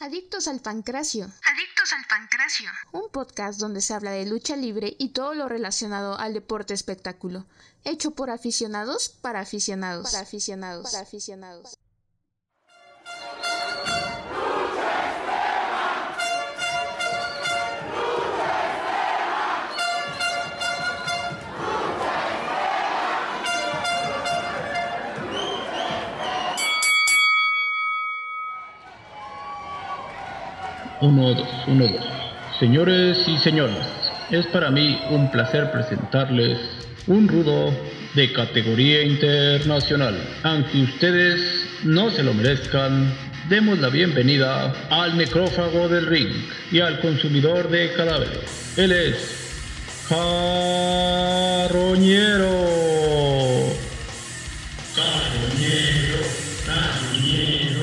Adictos al Pancracio. Adictos al Pancracio. Un podcast donde se habla de lucha libre y todo lo relacionado al deporte espectáculo. Hecho por aficionados para aficionados. Para aficionados. Para aficionados. Uno, dos, uno, dos. Señores y señoras, es para mí un placer presentarles un rudo de categoría internacional. Aunque ustedes no se lo merezcan, demos la bienvenida al necrófago del ring y al consumidor de cadáveres. Él es Carroñero. Carroñero, Carroñero.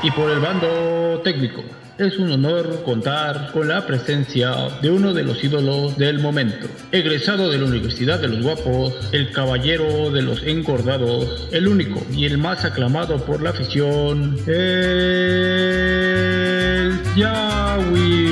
y por el bando técnico. Es un honor contar con la presencia de uno de los ídolos del momento, egresado de la Universidad de los Guapos, el caballero de los engordados, el único y el más aclamado por la afición, el Yahweh.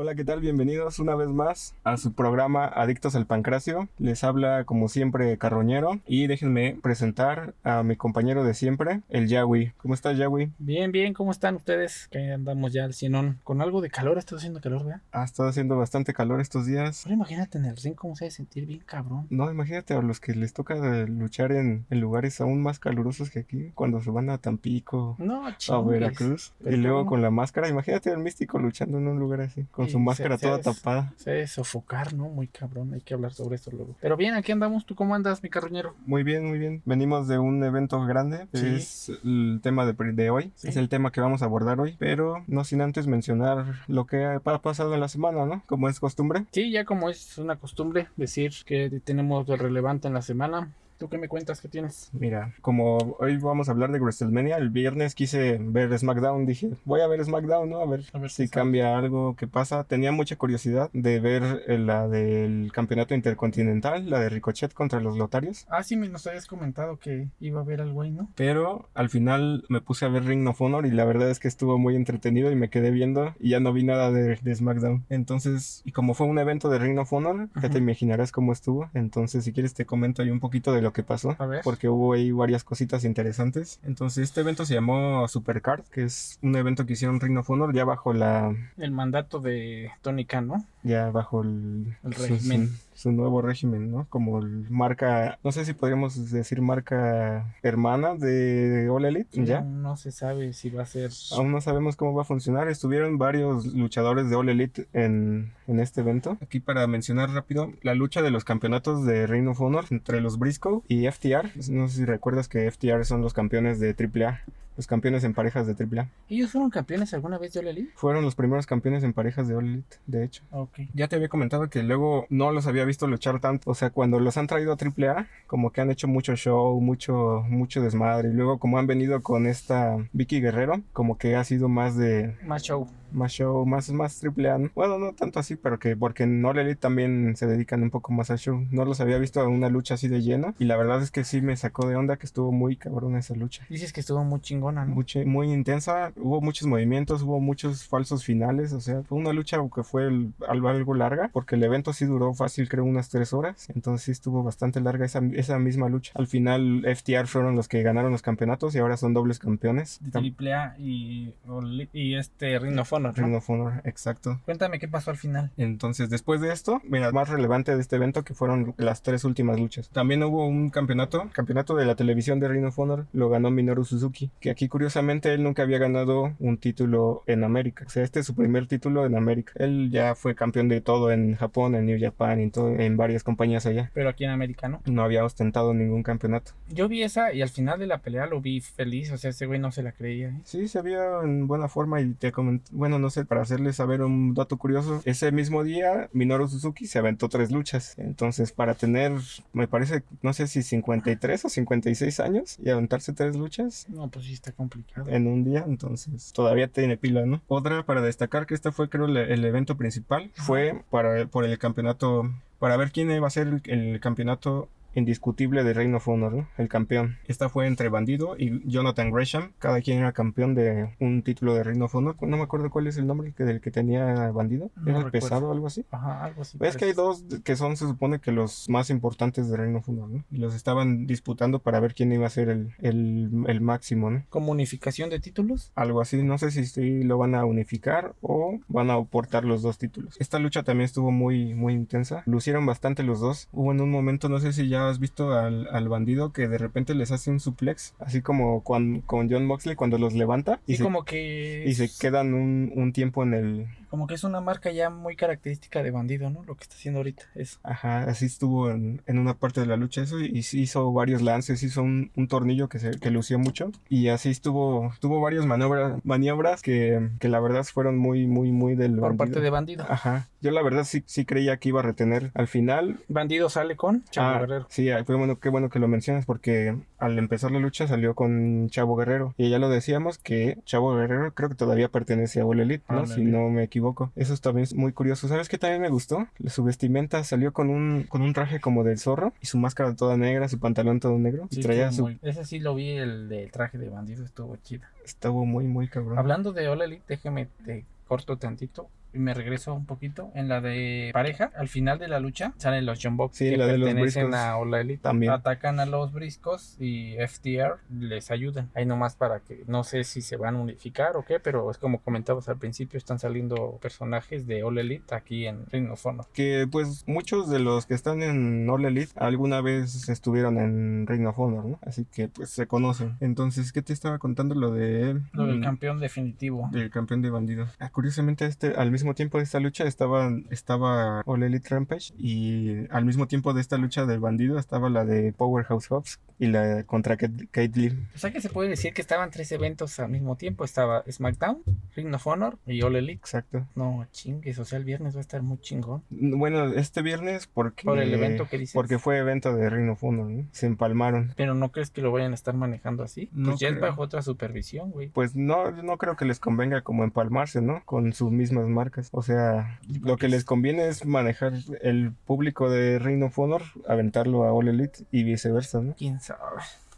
Hola, ¿qué tal? Bienvenidos una vez más a su programa Adictos al Pancracio. Les habla como siempre Carroñero y déjenme presentar a mi compañero de siempre, el Yawi. ¿Cómo estás, Yawi? Bien, bien, ¿cómo están ustedes? Que andamos ya al cienón. Con algo de calor, está haciendo calor, ¿verdad? Ha estado haciendo bastante calor estos días. Ahora imagínate en el ring cómo se debe sentir bien cabrón. No, imagínate a los que les toca de luchar en, en lugares aún más calurosos que aquí, cuando se van a Tampico, No, a chingues. Veracruz, y Pero luego ¿cómo? con la máscara. Imagínate al místico luchando en un lugar así, con Sí, su máscara se- se toda es- tapada. Se debe sofocar, ¿no? Muy cabrón, hay que hablar sobre esto luego. Pero bien, aquí andamos. ¿Tú cómo andas, mi carroñero? Muy bien, muy bien. Venimos de un evento grande, que Sí. es el tema de, pri- de hoy, Sí. es el tema que vamos a abordar hoy, pero no sin antes mencionar lo que ha pa- pasado en la semana, ¿no? Como es costumbre. Sí, ya como es una costumbre decir que tenemos lo relevante en la semana. ¿Tú qué me cuentas que tienes? Mira, como hoy vamos a hablar de WrestleMania, el viernes quise ver SmackDown, dije, voy a ver SmackDown, ¿no? A ver, A ver si qué sale. cambia algo, qué pasa. Tenía mucha curiosidad de ver eh, la del campeonato intercontinental, la de Ricochet contra los Lotarios. Ah, sí, me- nos habías comentado que iba a haber algo ahí, ¿no? Pero al final me puse a ver Ring of Honor y la verdad es que estuvo muy entretenido y me quedé viendo y ya no vi nada de, de SmackDown. Entonces, y como fue un evento de Ring of Honor, ya Ajá. te imaginarás cómo estuvo. Entonces, si quieres te comento ahí un poquito de lo que pasó. A ver. Porque hubo ahí varias cositas interesantes. Entonces, este evento se llamó Supercard, que es un evento que hicieron Ring of Honor ya bajo la... El mandato de Tony Khan, ¿no? ya bajo el... El su- régimen. Su, su nuevo régimen, ¿no? Como el marca... no sé si podríamos decir marca hermana de All Elite, ¿ya? Ah. No, no se sabe si va a ser. Pues, Aún no sabemos cómo va a funcionar. Estuvieron varios luchadores de All Elite en, en este evento. Aquí para mencionar rápido, la lucha de los campeonatos de Reino of Honor entre los Briscoe y FTR. Pues, No sé si recuerdas que FTR son los campeones de AAA. Los campeones en parejas de AAA. ¿Ellos fueron campeones alguna vez de Ole Elite? Fueron los primeros campeones en parejas de All Elite, de hecho. Ok. Ya te había comentado que luego no los había visto luchar tanto. O sea, cuando los han traído a AAA, como que han hecho mucho show, mucho, mucho desmadre. Y luego, como han venido con esta Vicky Guerrero, como que ha sido más de, Más show. más show, más, más triple A. ¿no? Bueno, no tanto así, pero que porque en All Elite también se dedican un poco más al show. No los había visto en una lucha así de llena. Y la verdad es que sí me sacó de onda que estuvo muy cabrón esa lucha. Dices que estuvo muy chingona, ¿no? Mucha- muy intensa, hubo muchos movimientos, hubo muchos falsos finales, o sea, fue una lucha que fue el- al- algo larga, porque el evento sí duró fácil, creo, unas tres horas, entonces sí estuvo bastante larga esa, esa misma lucha. Al final, FTR fueron los que ganaron los campeonatos y ahora son dobles campeones. De Triple A y, Ole- y este Ring of Honor, ¿no? Ring of Honor, exacto. Cuéntame qué pasó al final. Entonces, después de esto, mira, más relevante de este evento que fueron las tres últimas luchas. También hubo un campeonato, campeonato de la televisión de Reino of Honor, lo ganó Minoru Suzuki, que aquí curiosamente él nunca había ganado un título en América. O sea, este es su primer título en América. Él ya fue campeón de todo en Japón, en New Japan, en, todo- en varias compañías allá. Pero aquí en América, ¿no? No había ostentado ningún campeonato. Yo vi esa y al final de la pelea lo vi feliz. O sea, ese güey no se la creía. ¿eh? Sí, se vio en buena forma y te comenté, bueno, no sé, para hacerles saber un dato curioso, ese mismo día Minoru Suzuki se aventó tres luchas. Entonces, para tener, me parece, no sé si 53 o 56 años y aventarse tres luchas, No, pues sí está complicado. en un día, entonces todavía tiene pila, ¿no? Otra para destacar que esta fue creo el, el evento principal, fue para, por el campeonato, para ver quién iba a ser el, el campeonato indiscutible de Reino of Honor, ¿no? el campeón. Esta fue entre Bandido y Jonathan Gresham, cada quien era campeón de un título de Reino of Honor, no me acuerdo cuál es el nombre que- del que tenía Bandido, No era el recuerdo. pesado o algo así. Ajá, algo así. Es que hay dos que son, se supone que los más importantes de Reino of Honor, ¿no? Y los estaban disputando para ver quién iba a ser el, el, el máximo, ¿no? Como unificación de títulos. algo así. No sé si sí lo van a unificar o van a aportar los dos títulos. Esta lucha también estuvo muy, muy intensa. Lucieron bastante los dos. Hubo en un momento, no sé si ya has visto al, al bandido que de repente les hace un suplex, así como cuan- con John Moxley cuando los levanta y, Y se, como que. y se es- quedan un, un tiempo en el. Como que es una marca ya muy característica de bandido, ¿no? Lo que está haciendo ahorita. Eso. Ajá, así estuvo en, en una parte de la lucha eso y, sí hizo varios lances, hizo un, un tornillo que, se, que lució mucho y así estuvo, tuvo varias maniobras, maniobras que, que la verdad fueron muy, muy, muy del bandido. Por Ah. parte de bandido. Ajá. Yo la verdad sí, sí creía que iba a retener al final. Bandido sale con Chavo Ah, Guerrero. Sí, ah, fue bueno, qué bueno que lo mencionas porque al empezar la lucha salió con Chavo Guerrero y ya lo decíamos que Chavo Guerrero creo que todavía pertenece a All Elite, ¿no? All si Elite. no me equivoco. Eso es también es muy curioso. ¿Sabes qué también me gustó? Su vestimenta salió con un con un traje como del zorro y su máscara toda negra, su pantalón todo negro. Sí, y traía estuvo su muy- Ese sí lo vi, el del traje de bandido estuvo chido. estuvo muy muy cabrón. Hablando de All Elite, déjeme te corto tantito y me regreso un poquito. En la de pareja, al final de la lucha salen los John Box Sí, que la de los pertenecen Briscos a All Elite. también. Atacan a los briscos y FTR les ayudan. Ahí nomás para que no sé si se van a unificar o qué, pero es como comentabas al principio, están saliendo personajes de All Elite aquí en Ring of Honor. que pues muchos de los que están en All Elite alguna vez estuvieron en Ring of Honor, ¿no? Así que pues se conocen. Entonces, ¿qué te estaba contando lo de él? Lo del Mm, campeón definitivo. del campeón de bandido. Ah, curiosamente, este, al mismo tiempo de esta lucha estaba, estaba All Elite Rampage y al mismo tiempo de esta lucha del bandido estaba la de Powerhouse Hobbs y la contra Kate, Kate Lee. O sea que se puede decir que estaban tres eventos al mismo tiempo. Estaba SmackDown, Ring of Honor y All Elite. Exacto. No, chingues, o sea, el viernes va a estar muy chingón. Bueno, este viernes porque... Por el evento que dices. Porque fue evento de Ring of Honor, ¿no? Se empalmaron. Pero no crees que lo vayan a estar manejando así. No pues ya es creo. bajo otra supervisión, güey. pues no, no creo que les convenga como empalmarse, ¿no? Con sus mismas marcas. O sea, ¿Y por lo qué que es? les conviene es manejar el público de Reino of Honor, aventarlo a All Elite y viceversa, ¿no? Quién sabe.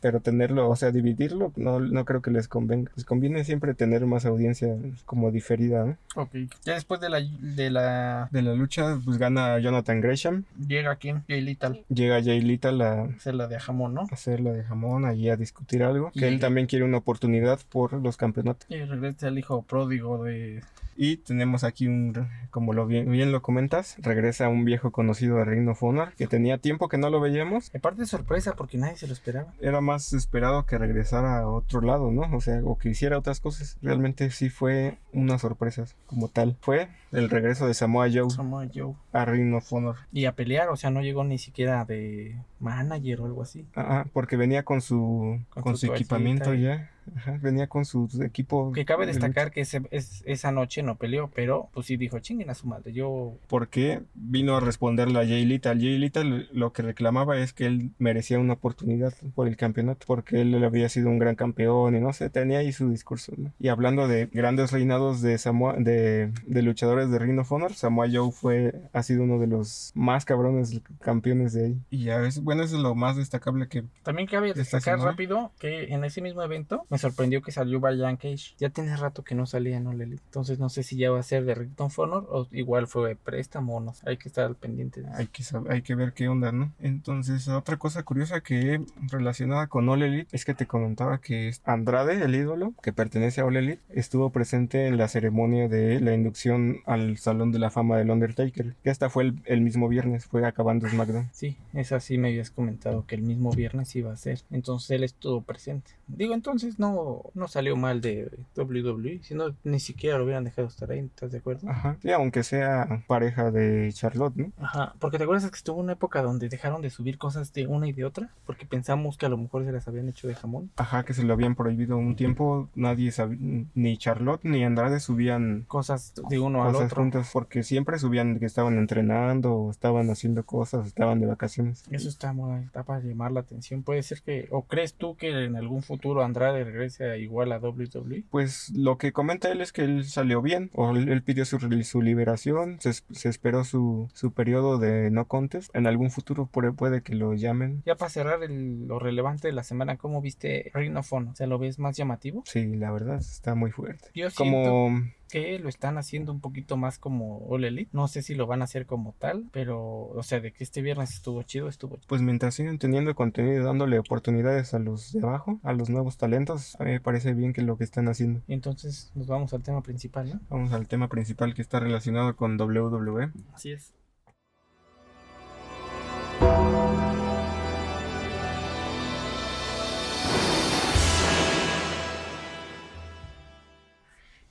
Pero tenerlo, o sea, dividirlo, no, no creo que les convenga. Les conviene siempre tener más audiencia como diferida, ¿no? Ok. Ya después de la. De la De la lucha, pues gana Jonathan Gresham, llega quién? Jay Little. llega Jay Little a Se la de a jamón, ¿no? hacer la de jamón, allí a discutir algo, que Y- él también quiere una oportunidad por los campeonatos. Y regresa el hijo pródigo de. Y tenemos aquí un, como lo bien, bien lo comentas, regresa un viejo conocido de Reino of Honor que tenía tiempo que no lo veíamos. Aparte de sorpresa, porque nadie se lo esperaba. Era más esperado que regresara a otro lado, ¿no? O sea, o que hiciera otras cosas. Realmente sí fue una sorpresa como tal. Fue el regreso de Samoa Joe Samoa Joe. a Reino of Honor. Y a pelear, o sea, no llegó ni siquiera de manager o algo así. Ajá, porque venía con su, Con con su su, toallita equipamiento y- ya. Ajá, venía con su equipo. Que cabe de destacar que ese- es- esa noche no peleó, pero pues sí dijo, chinguen a su madre. Yo porque vino a responderle a Jay Little. Jay Little lo que reclamaba es que él merecía una oportunidad por el campeonato, porque él había sido un gran campeón y no sé, tenía ahí su discurso. ¿no? Y hablando de grandes reinados de, Samoa- de, de luchadores de Ring of Honor, Samoa Joe fue, ha sido uno de los más cabrones campeones de ahí. Y ya ves, bueno, eso es lo más destacable que... También cabe Esta destacar semana. rápido que en ese mismo evento me sorprendió que salió Brian Cage. Ya tenía rato que no salía en All Elite. Entonces no sé si ya va a ser de Rington Honor o igual fue de préstamo o no. sé. Hay que estar al pendiente. de eso. Hay que, sab- hay que ver qué onda, ¿no? Entonces, otra cosa curiosa que relacionada con All Elite es que te comentaba que Andrade, el ídolo que pertenece a All Elite, estuvo presente en la ceremonia de la inducción al Salón de la Fama del Undertaker, que hasta fue el, el mismo viernes, fue acabando SmackDown. Sí, es así me habías comentado que el mismo viernes iba a ser. Entonces él estuvo presente. Digo entonces, no, no salió mal de WWE, si no, ni siquiera lo hubieran dejado estar ahí, ¿estás de acuerdo? Ajá. Y aunque sea pareja de Charlotte, ¿no? Ajá, porque te acuerdas que estuvo una época donde dejaron de subir cosas de una y de otra, porque pensamos que a lo mejor se las habían hecho de jamón. Ajá, que se lo habían prohibido un tiempo, nadie sabía, ni Charlotte ni Andrade subían Cosas de uno al cosas otro. juntas, porque siempre subían que estaban entrenando, o estaban haciendo cosas, o estaban de vacaciones. Eso está, muy, está para llamar la atención. Puede ser que, o crees tú que en algún futuro Andrade regrese igual a E? WWE. Pues lo que comenta él es que él salió bien, o él él pidió su, re- su liberación, se, es- se esperó su, su periodo de no contest. En algún futuro puede, puede que lo llamen. Ya para cerrar el- lo relevante de la semana, ¿cómo viste Ring of Honor? ¿Se lo ves más llamativo? Sí, la verdad está muy fuerte. Yo siento Como que lo están haciendo un poquito más como All Elite. No sé si lo van a hacer como tal, pero, o sea, de que este viernes estuvo chido, estuvo chido. pues mientras sigan teniendo contenido y dándole oportunidades a los de abajo, a los nuevos talentos, a mí me parece bien que lo que están haciendo. Y entonces nos vamos al tema principal, ¿no? Vamos al tema principal que está relacionado con E. WWE. Así es.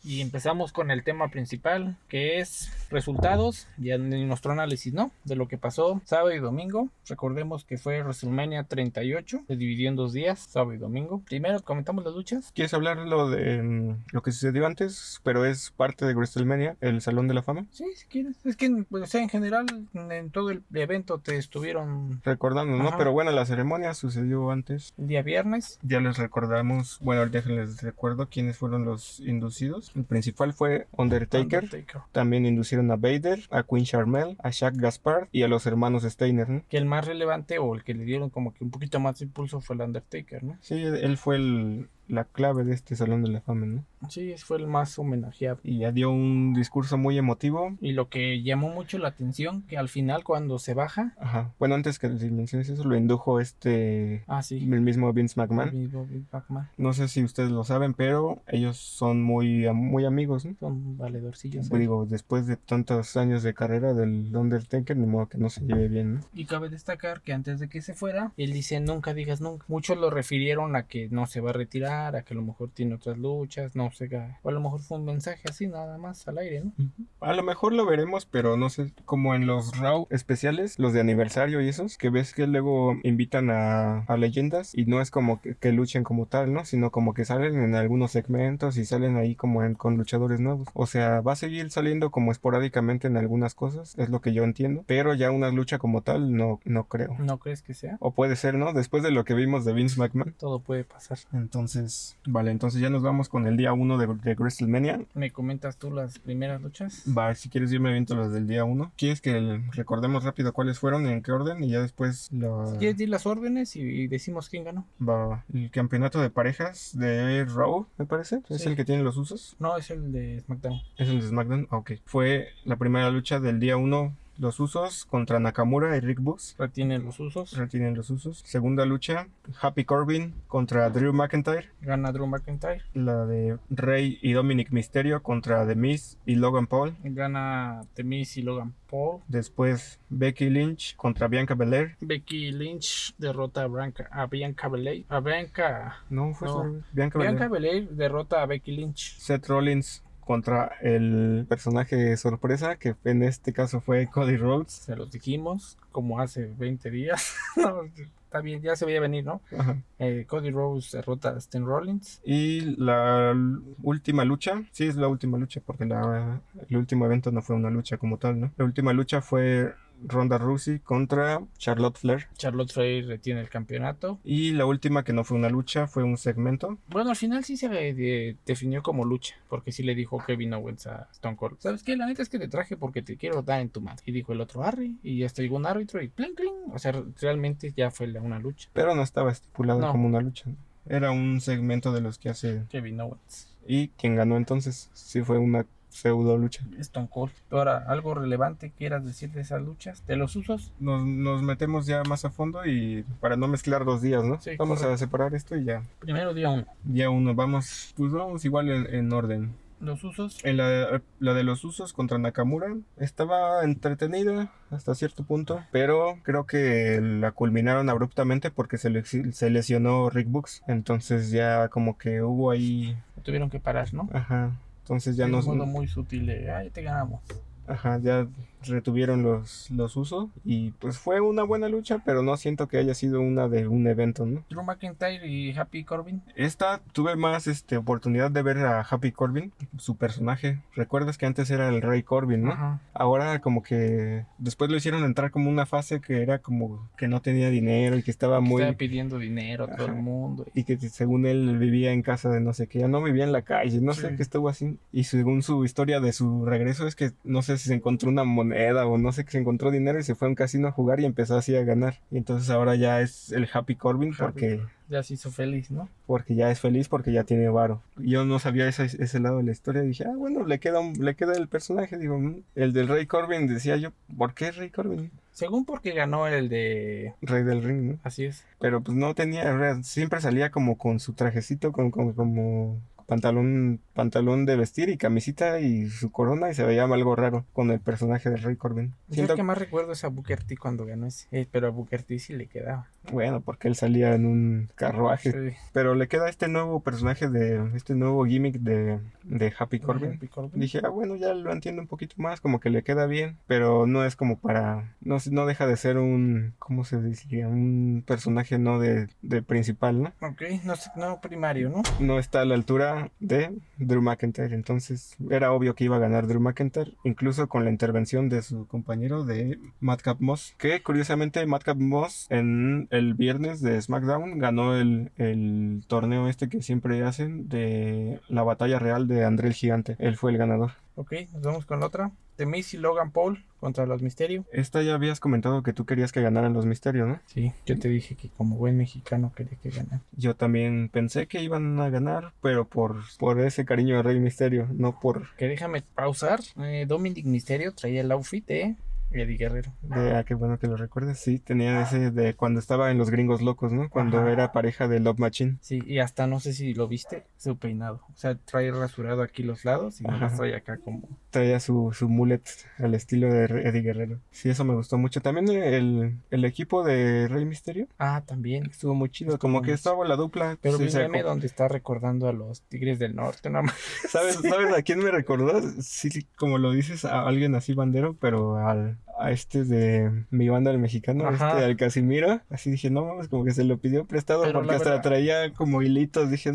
Y empezamos con el tema principal, que es resultados y an- y nuestro análisis, ¿no? De lo que pasó sábado y domingo. Recordemos que fue WrestleMania 38, se dividió en dos días, sábado y domingo. Primero comentamos las luchas. ¿Quieres hablar lo de mm, lo que sucedió antes, pero es parte de WrestleMania, el Salón de la Fama? Sí, si quieres. Es que, pues, o sea, en general, en en todo el evento te estuvieron Recordando, ¿no? Ajá. Pero bueno, la ceremonia sucedió antes. el día viernes, Ya les recordamos, bueno, ya les recuerdo quiénes fueron los inducidos. El principal fue Undertaker. Undertaker. También inducieron a Vader, a Queen Charmel, a Shaq Gaspard y a los hermanos Steiner, ¿no? Que el más relevante o el que le dieron como que un poquito más de impulso fue el Undertaker, ¿no? Sí, él fue el- la clave de este Salón de la Fama, ¿no? Sí, ese fue el más homenajeado. Y ya dio un discurso muy emotivo. Y lo que llamó mucho la atención, que al final cuando se baja... Ajá. Bueno, antes que si menciones eso, lo indujo este... Ah, sí. El mismo Vince McMahon. Bobby- Bobby Bacman. No sé si ustedes lo saben, pero ellos son muy, am- muy amigos, ¿no? Son valedorcillos. ¿eh? ahí. Digo, después de tantos años de carrera del Undertaker, ni modo que no se lleve bien, ¿no? Y cabe destacar que antes de que se fuera, él dice nunca digas nunca. Muchos lo refirieron a que no se va a retirar, a que a lo mejor tiene otras luchas, no sé qué. O a lo mejor fue un mensaje así nada más al aire, ¿no? A lo mejor lo veremos, pero no sé, como en los Raw especiales, los de aniversario y esos, que ves que luego invitan a, a leyendas y no es como que, que luchen como tal, ¿no? Sino como que salen en algunos segmentos y salen ahí como en- con luchadores nuevos. O sea, va a seguir saliendo como esporádicamente en algunas cosas, es lo que yo entiendo, pero ya una lucha como tal no, no creo. ¿No crees que sea? O puede ser, ¿no? Después de lo que vimos de Vince McMahon. Todo puede pasar. Entonces, vale, entonces ya nos vamos con el día 1 de, de WrestleMania. ¿Me comentas tú las primeras luchas? Va, si quieres yo me aviento las del día 1. ¿Quieres que el- recordemos rápido cuáles fueron, en qué orden y ya después lo... Si quieres, di las órdenes y, y decimos quién ganó. Va, va. el campeonato de parejas de Raw, me parece. Es Sí. el que tiene los usos. No, es el de SmackDown. Es el de SmackDown. Ah, Ok. Fue la primera lucha del día 1, los usos contra Nakamura y Rick Books. Retiene los usos. Retienen los usos. Segunda lucha, Happy Corbin contra Drew McIntyre. Gana Drew McIntyre. La de Rey y Dominic Mysterio contra The Miz y Logan Paul. Gana Temis y Logan Paul. Después Becky Lynch contra Bianca Belair. Becky Lynch derrota a Bianca, a Bianca Belair. A Bianca. No, fue No. sobre- Bianca, Bianca Belair. Belair derrota a Becky Lynch. Seth Rollins contra el personaje sorpresa, que en este caso fue Cody Rhodes. Se los dijimos como hace 20 días. No, está bien, ya se veía venir, ¿no? Ajá. Eh, Cody Rhodes derrota a Stan Rollins. Y la l- última lucha, sí es la última lucha, porque la, el último evento no fue una lucha como tal, ¿no? La última lucha fue Ronda Rousey contra Charlotte Flair. Charlotte Flair retiene el campeonato. Y la última que no fue una lucha fue un segmento. Bueno, al final sí se eh, de- definió como lucha, porque sí le dijo Kevin Owens a Stone Cold. ¿Sabes qué? La neta es que te traje porque te quiero dar en tu madre. Y dijo el otro Harry, y hasta llegó un árbitro y plin, plin. O sea, re- realmente ya fue la- una lucha. Pero no estaba estipulado No. como una lucha. ¿no? Era un segmento de los que hace. Kevin Owens. Y quien ganó entonces, sí fue una pseudo lucha. Stone Cold. Ahora, algo relevante quieras decir de esas luchas, de los usos. Nos, nos metemos ya más a fondo y para no mezclar dos días, ¿no? Sí, vamos correcto. a separar esto y ya. Primero día uno. Día uno, vamos. Pues vamos igual en, en orden. Los usos. eh, En la, la de los usos contra Nakamura estaba entretenida hasta cierto punto, pero creo que la culminaron abruptamente porque se, le- se lesionó Rick Books. Entonces ya como que hubo ahí... Tuvieron que parar, ¿no? Ajá. Entonces ya De no... un modo muy sutil de, ay, te ganamos. Ajá, ya retuvieron los, los usos y pues fue una buena lucha, pero no siento que haya sido una de un evento, ¿no? Drew McIntyre y Happy Corbin. Esta tuve más este, oportunidad de ver a Happy Corbin, su personaje. Recuerdas que antes era el Rey Corbin, ¿no? Ajá. Ahora como que después lo hicieron entrar como una fase que era como que no tenía dinero y que estaba Que muy... Estaba pidiendo dinero a todo Ajá. el mundo. Y que según él vivía en casa de no sé qué, ya no vivía en la calle, no sé Sí. qué estuvo así. Y según su historia de su regreso es que no sé si se encontró una moneda o no sé que se encontró dinero y se fue a un casino a jugar y empezó así a ganar. Y entonces ahora ya es el Happy Corbin Happy. porque Ya se hizo feliz, ¿no? porque ya es feliz porque ya tiene varo. Yo no sabía ese, ese lado de la historia. Dije, ah, bueno, le queda, un- le queda el personaje. Digo, "Mm". el del Rey Corbin, decía yo, ¿por qué Rey Corbin? Según porque ganó el de... Rey del Ring, ¿no? Así es. Pero pues no tenía, o sea, siempre salía como con su trajecito, con, con- como pantalón, pantalón de vestir y camisita y su corona y se veía algo raro con el personaje del Rey Corbin. Yo Siento el que más recuerdo Pues es a Booker T cuando ganó ese. Eh, pero a Booker T sí le quedaba. bueno, porque él salía en un carruaje. Sí. Pero le queda este nuevo personaje de, este nuevo gimmick de, de Happy Corbin. Happy Corbin. Dije, ah, bueno, ya lo entiendo un poquito más, como que le queda bien, pero no es como para, no, s- no deja de ser un, ¿cómo se diría? Un personaje no de, de principal, ¿no? Ok, no, sé- no primario, ¿no? No está a la altura de Drew McIntyre, entonces era obvio que iba a ganar Drew McIntyre, incluso con la intervención de su compañero de Madcap Moss, que curiosamente Madcap Moss en el viernes de SmackDown ganó el, el torneo este que siempre hacen de la batalla real de André el Gigante, él fue el ganador. Ok, nos vamos con la otra. The Miz y Logan Paul contra los Misterios. Esta ya habías comentado que tú querías que ganaran los misterios, ¿no? Sí, yo te dije que como buen mexicano quería que ganara. Yo también pensé que iban a ganar, pero por, por ese cariño de Rey Misterio, no por Que déjame pausar. Eh, Dominic Misterio traía el outfit de Eddie Guerrero. de ah, qué bueno que lo recuerdes. Sí, tenía ese de cuando estaba en los gringos locos, ¿no? Cuando Ajá. era pareja de Love Machine. Sí, y hasta no sé si lo viste, su peinado. O sea, trae rasurado aquí los lados y no Ajá. trae acá como. Traía su, su mullet al estilo de Re- Eddie Guerrero. Sí, eso me gustó mucho. También el, el equipo de Rey Misterio Ah, también. estuvo muy chido. Estuvo Como muy que chido. estaba la dupla. Pero sí, vi un se meme donde está recordando a los Tigres del Norte, nada más. ¿Sabes, ¿Sabes a quién me recordó? Sí, sí, como lo dices, a alguien así bandero, pero al, a este de mi banda del mexicano, Ajá. este, al Casimiro. Así dije, no mames, como que se lo pidió prestado Pero porque la hasta la verdad- traía como hilitos. Dije,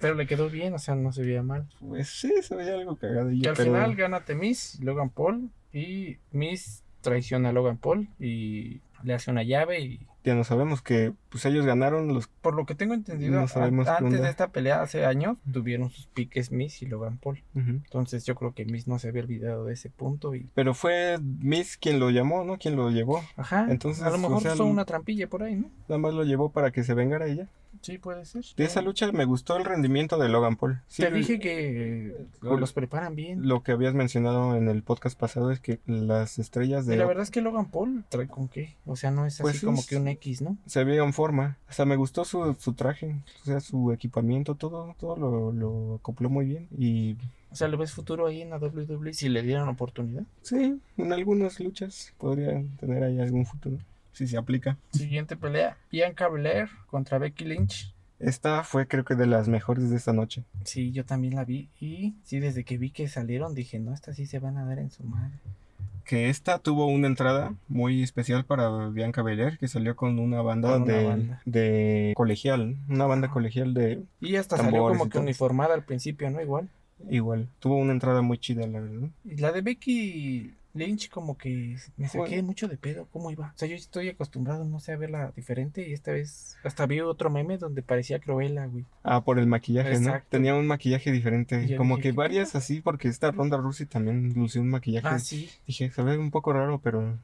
Pero le quedó bien, o sea, no se veía mal. pues sí, se veía algo cagadillo. Y al pero- final gana Temis, Logan Paul. Y Miss traiciona a Logan Paul y le hace una llave. Y Ya no sabemos que pues ellos ganaron los. por lo que tengo entendido, No an- sabemos qué antes onda. de esta pelea, hace años, tuvieron sus piques Miss y Logan Paul. Ujú. Entonces yo creo que Miss no se había olvidado de ese punto. y Pero fue Miss quien lo llamó, ¿no? Quien lo llevó. Ajá, Entonces, entonces a lo o mejor sea, son una trampilla por ahí, ¿no? Nada más lo llevó para que se vengara ella. Sí, puede ser. De esa lucha me gustó el rendimiento de Logan Paul. Sí, Ah. Te lo- dije que eh, Cool. los preparan bien. Lo que habías mencionado en el podcast pasado es que las estrellas Y de la verdad es que Logan Paul trae con qué. O sea, no es así Pues sí, como es- que un X, ¿no? se veía en forma. O sea, me gustó su, su traje, o sea, su equipamiento, todo, todo lo, lo acopló muy bien. Y O sea, ¿le ves futuro ahí en la WWE si le dieran oportunidad? sí, en algunas luchas podría tener ahí algún futuro, si se aplica. Siguiente pelea. Bianca Belair contra Becky Lynch. Esta fue creo que de las mejores de esta noche. Sí, yo también la vi. Y sí, desde que vi que salieron dije, no, estas sí se van a dar en su madre. Que esta tuvo una entrada muy especial para Bianca Belair, que salió con una banda, Con una de, banda. de colegial, una banda colegial de Y hasta salió Tambores y como que todo. uniformada al principio, ¿no? Igual. igual. Tuvo una entrada muy chida, la verdad. Y la de Becky Lynch como que me saqué Bueno. mucho de pedo. ¿Cómo iba? O sea, yo estoy acostumbrado, no sé, a verla diferente. Y esta vez hasta vi otro meme donde parecía Cruella, güey. Ah, por el maquillaje, ¿no? Exacto. Tenía un maquillaje diferente. Y yo como dije, que ¿qué varias así, porque esta ronda Rusi también lució un maquillaje. Ah, sí. Dije, se ve un poco raro, pero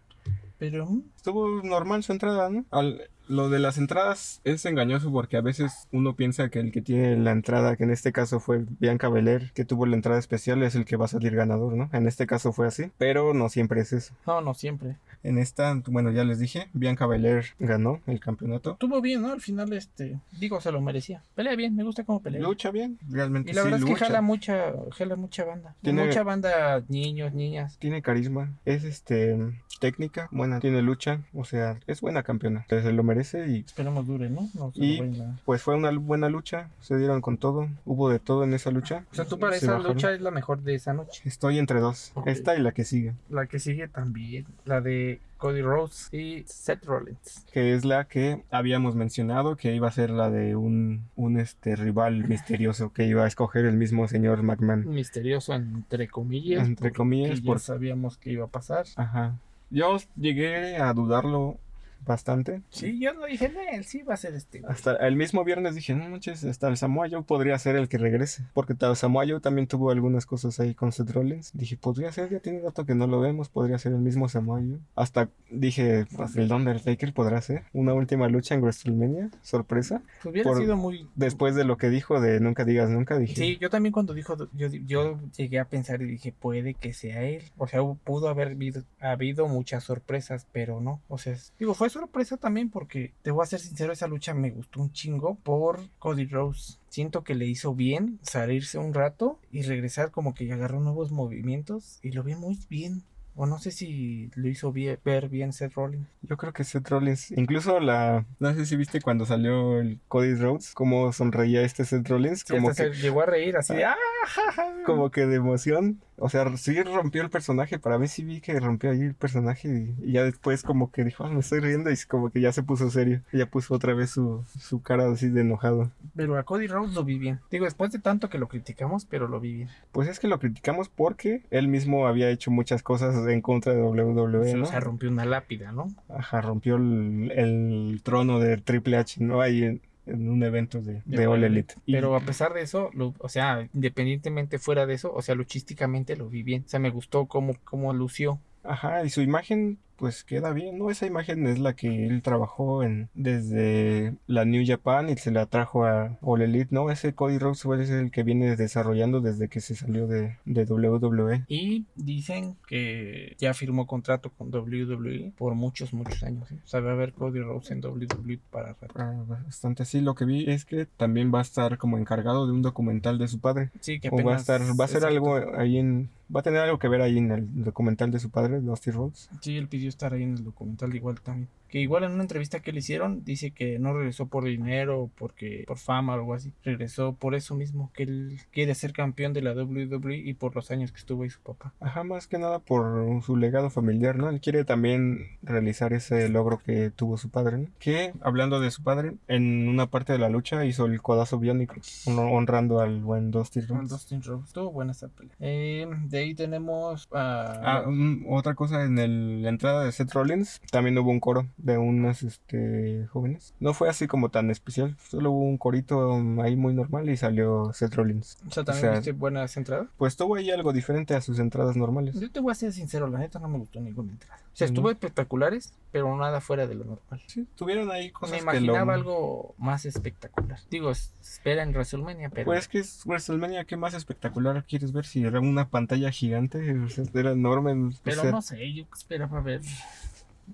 Pero... mm, estuvo normal su entrada, ¿no? Al- lo de las entradas es engañoso porque a veces uno piensa que el que tiene la entrada, que en este caso fue Bianca Belair, que tuvo la entrada especial, es el que va a salir ganador, ¿no? En este caso fue así, pero no siempre es eso. No, no siempre. En esta, bueno, ya les dije, Bianca Belair ganó el campeonato. Estuvo bien, ¿no? Al final, este, digo, se lo merecía. Pelea bien, me gusta cómo pelea. Lucha bien, realmente y la sí verdad es que lucha. jala mucha, jala mucha banda. Tiene- Mucha banda, niños, niñas. Tiene carisma, es este técnica, buena, tiene lucha, o sea, es buena campeona. Se lo merece y Esperemos dure, ¿no? No se Y- lo vayan a- pues fue una buena lucha, se dieron con todo, hubo de todo en esa lucha. O sea, tú para Se esa bajaron. lucha es la mejor de esa noche. Estoy entre dos, Ok. esta y la que sigue, La que sigue también, la de Cody Rhodes y Seth Rollins. que es la que habíamos mencionado que iba a ser la de un, un este rival misterioso que iba a escoger el mismo señor Mm. McMahon. Misterioso, entre comillas. Entre porque comillas, ya por- sabíamos que iba a pasar. Ajá. Yo llegué a dudarlo bastante. Sí, yo no dije, "Nee, él sí va a ser este. Hasta el mismo viernes dije, no manches, hasta el Samoa Joe podría ser el que regrese. Porque ta- Samoa Joe también tuvo algunas cosas ahí con Seth Rollins. Dije, podría ser, ya tiene rato que no lo vemos, podría ser el mismo Samoa Joe. Hasta dije, pues, el Undertaker podrá ser. Una última lucha en WrestleMania, sorpresa. Pues hubiera Por- sido muy. Después de lo que dijo de Nunca Digas Nunca, dije, Sí, yo también cuando dijo, yo, yo llegué a pensar y dije, puede que sea él. O sea, hu- pudo haber habido, habido muchas sorpresas, pero no. O sea, es- digo, fue sorpresa también porque, te voy a ser sincero, esa lucha me gustó un chingo por Cody Rose. Siento que le hizo bien salirse un rato y regresar como que agarró nuevos movimientos y lo vi muy bien. O no sé si lo hizo bien, ver bien Seth Rollins. yo creo que Seth Rollins, incluso la, no sé si viste cuando salió el Cody Rhodes, cómo sonreía este Seth Rollins, Sí, como hasta que- se llegó a reír así de, "Ah, ja, ja". como que de emoción. O sea, sí rompió el personaje. Para mí sí vi que rompió ahí el personaje. Y, y ya después como que dijo, "Ah, me estoy riendo. Y como que ya se puso serio. Ya puso otra vez su, su cara así de enojado. Pero a Cody Rhodes lo vi bien. Digo, después de tanto que lo criticamos, pero lo vi bien. Pues es que lo criticamos porque él mismo había hecho muchas cosas en contra de WWE, Se- ¿no? O sea, rompió una lápida, ¿no? Ajá, rompió el, el trono de Triple H, ¿no? Ahí en, en un evento de, de, All Elite. Y- Pero a pesar de eso, lo- o sea, independientemente fuera de eso, o sea, luchísticamente lo vi bien. O sea, me gustó cómo, cómo lució. Ajá, y su imagen pues queda bien, ¿no? Esa imagen es la que él trabajó en desde la New Japan y se la trajo a All Elite, ¿no? Ese Cody Rhodes es el que viene desarrollando desde que se salió de, de E. WWE. Y dicen que ya firmó contrato con WWE por muchos, muchos años. ¿eh? O sea, va a haber Cody Rhodes en WWE para rato. Ah, Bastante así, lo que vi es que también va a estar como encargado de un documental de su padre. Sí, que O va a apenas- estar, va a ser exacto. algo ahí en, va a tener algo que ver ahí en el documental de su padre, Dusty Rhodes. Sí, él pidió estar ahí en el documental igual también. Que igual en una entrevista que le hicieron dice que no regresó por dinero o porque por fama o algo así. Regresó por eso mismo, que él quiere ser campeón de la WWE y por los años que estuvo ahí su papá. Ajá, más que nada por su legado familiar, ¿no? Él quiere también realizar ese logro que tuvo su padre, ¿no? Que, hablando de su padre, en una parte de la lucha hizo el codazo biónico, hon- honrando al buen Dusty Con Rhodes. Dustin Rhodes. Estuvo buena esa pelea. Eh, de ahí tenemos Ah, a... mm, otra cosa, en el- la entrada de Seth Rollins también hubo un coro de unas este, jóvenes. No fue así como tan especial, solo hubo un corito mm, ahí muy normal y salió Seth Rollins. o sea, también o sea- viste buenas entradas. Pues tuvo ahí algo diferente a sus entradas normales. Yo te voy a ser sincero, la neta no me gustó ninguna entrada. O sea, pues, ¿No? estuvo espectaculares, pero nada fuera de lo normal. Sí, tuvieron ahí cosas Me que lo- imaginaba algo más espectacular. Digo, es- espera en WrestleMania, pero... Pues es que es WrestleMania, ¿qué más espectacular quieres ver? Si era una pantalla gigante, o sea, era enorme. o Pero sea, no sé, yo esperaba ver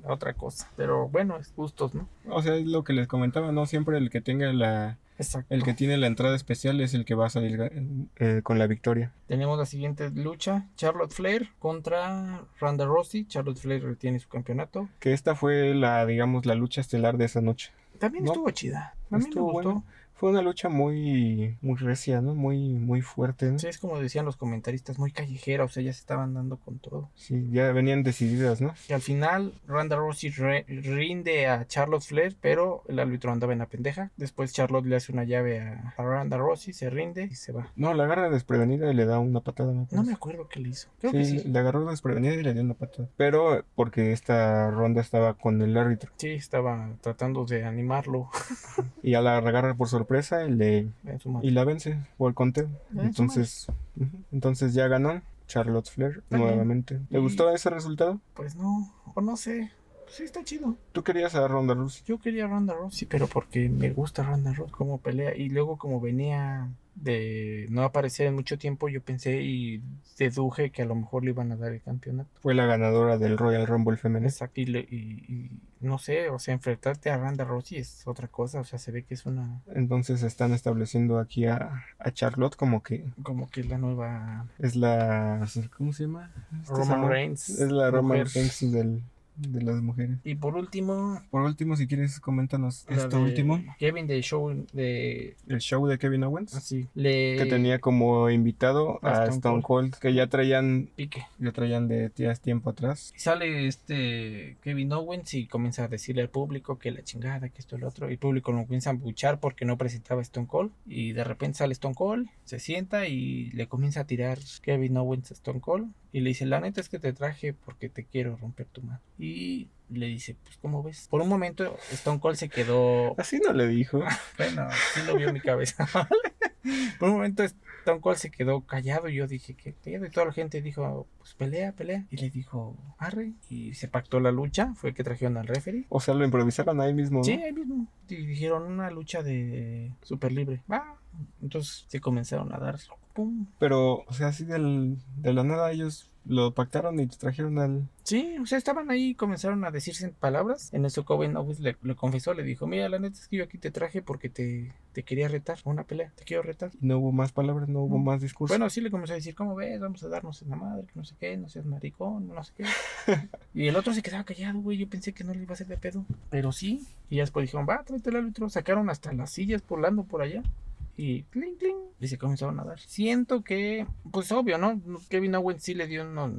otra cosa. Pero bueno, es gustos, ¿no? O sea, es lo que les comentaba, ¿no? Siempre el que tenga la... Exacto. El que tiene la entrada especial es el que va a salir ga- eh, con la victoria. Tenemos la siguiente lucha: Charlotte Flair contra Ronda Rousey. Charlotte Flair retiene su campeonato. Que esta fue la, digamos, la lucha estelar de esa noche. También No, estuvo chida. A mí estuvo me gustó. buena. Fue una lucha muy, muy recia, ¿no? Muy, muy fuerte, ¿no? Sí, es como decían los comentaristas, muy callejera. O sea, ya se estaban dando con todo. Sí, ya venían decididas, ¿no? Y al final, Ronda Rousey re- rinde a Charlotte Flair, pero el árbitro andaba en la pendeja. Después, Charlotte le hace una llave a, a Ronda Rousey, se rinde y se va. No, la agarra desprevenida y le da una patada. me No parece. me acuerdo qué le hizo. Creo Pues sí, que sí. le agarró desprevenida y le dio una patada. Pero porque esta ronda estaba con el árbitro. Sí, estaba tratando de animarlo Y a la agarra por sorpresa y, le, en su madre. y la vence por el conteo. su Entonces, ujú, entonces ya ganó Charlotte Flair bien. nuevamente. ¿Le Y- gustó ese resultado? Pues no, o no sé. Pues Sí, está chido. Tú querías a Ronda Rousey. Yo quería a Ronda Rousey, pero porque me gusta Ronda Rousey como pelea. Y luego como venía de no aparecer en mucho tiempo, yo pensé y deduje que a lo mejor le iban a dar el campeonato. Fue la ganadora del Royal Rumble femenino. Exacto. Y, le- y- y no sé, o sea, enfrentarte a Randa Rossi es otra cosa, o sea, se ve que es una, Entonces están estableciendo aquí a, a Charlotte como que como que la nueva es la... ¿Cómo se llama? Esta Roman chava. Reigns. Es la Roman mujer. Reigns del- de las mujeres. Y por último, Por último, si quieres, coméntanos la esto de último. Kevin de Show de. El show de Kevin Owens. Así. Le. que tenía como invitado a a Stone Stone Cold, que ya traían, Pique. ya traían de tías tiempo atrás. Y sale este Kevin Owens y comienza a decirle al público que la chingada, que esto y lo otro. El público lo comienza a buchar porque no presentaba a Stone Cold. Y de repente sale Stone Cold, se sienta y le comienza a tirar Kevin Owens a Stone Cold. Y le dice, la neta es que te traje porque te quiero romper tu mano. Y le dice, pues ¿cómo ves? Por un momento Stone Cold se quedó Así no le dijo. Bueno, sí lo vio mi cabeza. Por un momento Stone Cold se quedó callado y yo dije, ¿qué pedo? Y toda la gente dijo, pues pelea, pelea. Y le dijo, arre. Y se pactó la lucha, fue que trajeron al referee. O sea, lo improvisaron ahí mismo. ¿no? Sí, ahí mismo. Y dijeron una lucha de super libre. Va. Entonces se comenzaron a dar. Pum. Pero, o sea, así del, de la nada ellos lo pactaron y trajeron al... Sí, o sea, estaban ahí y comenzaron a decirse palabras. En eso Coven Owens le, le confesó, le dijo, mira, la neta es que yo aquí te traje porque te, te quería retar a una pelea. Te quiero retar. y No hubo más palabras, no hubo Mm. más discurso. Bueno, sí le comenzó a decir, ¿cómo ves? Vamos a darnos en la madre, que no sé qué, no seas maricón, no sé qué. y el otro se quedaba callado, güey, yo pensé que no le iba a hacer de pedo. Pero sí, y ya después dijeron, va, tráete el árbitro. Sacaron hasta las sillas volando por allá. Y cling, cling, y se comenzaron a dar. Siento que, pues obvio, ¿no? Kevin Owens sí le dio uno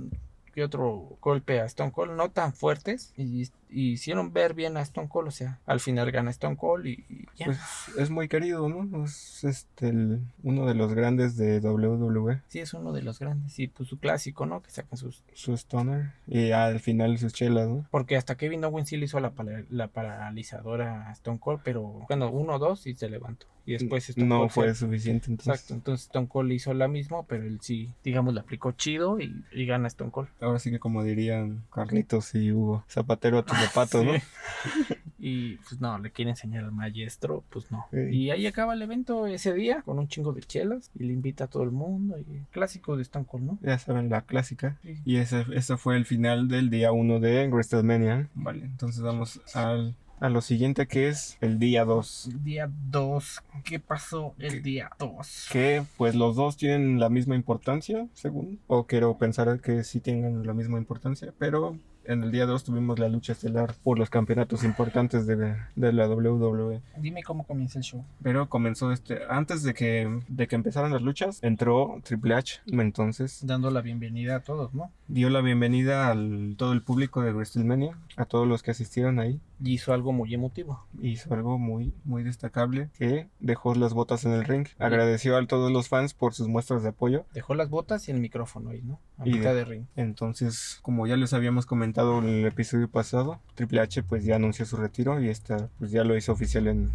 que otro golpe a Stone Cold, no tan fuertes, y, y hicieron ver bien a Stone Cold, o sea, al final gana Stone Cold y, y ya. Pues es muy querido, ¿no? Es este, el- uno de los grandes de E, WWE, sí, es uno de los grandes, y pues su clásico, ¿no? Que sacan sus su stoner. Y al final sus chelas, ¿no? Porque hasta Kevin Owens sí le hizo la, pala- la paralizadora a Stone Cold, pero bueno, uno o dos y se levantó. Y después Stone no Cold se- fue suficiente entonces. Exacto, entonces Stone Cold le hizo la misma, pero él sí, digamos, la aplicó chido y, y gana Stone Cold. Ahora sí que como dirían Carlitos y Hugo, zapatero a tu zapato, ¿no? Sí. Y pues no, le quiere enseñar al maestro, pues no. Ey. Y ahí acaba el evento ese día con un chingo de chelas y le invita a todo el mundo. Y clásico de Stone Cold, ¿no? Ya saben, la clásica. Sí. Y ese, ese fue el final del día 1 de WrestleMania. Vale, entonces vamos al, a lo siguiente que es el día 2. Día 2, ¿qué pasó el día 2? Que pues los dos tienen la misma importancia, según. O quiero pensar que sí tengan la misma importancia, pero... En el día 2 tuvimos la lucha estelar por los campeonatos importantes de, de la WWE. Dime cómo comienza el show. Pero comenzó este. Antes de que, de que empezaran las luchas, entró Triple H. Entonces Dando la bienvenida a todos, ¿no? dio la bienvenida al todo el público de WrestleMania, a todos los que asistieron ahí. Y hizo algo muy emotivo. Hizo algo muy, muy destacable, que dejó las botas en el ring. Agradeció a todos los fans por sus muestras de apoyo. Dejó las botas y el micrófono ahí, ¿no? A Y mitad de- de ring. Entonces, como ya les habíamos comentado en el episodio pasado, Triple H pues ya anunció su retiro y esta pues ya lo hizo oficial en,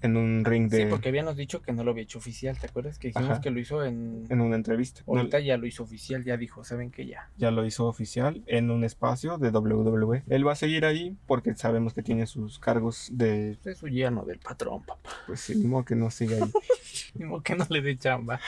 en un ring de... Sí, porque habíamos dicho que no lo había hecho oficial, ¿te acuerdas? Que dijimos Ajá. que lo hizo en... En una entrevista. No, Ahorita ya lo hizo oficial, ya dijo, ¿saben que ya? ya lo hizo oficial en un espacio de WWE. Él va a seguir ahí porque sabemos que tiene sus cargos de... Usted es su yerno del patrón, papá. Pues sí, ni modo que no siga ahí. Mismo que no le dé chamba.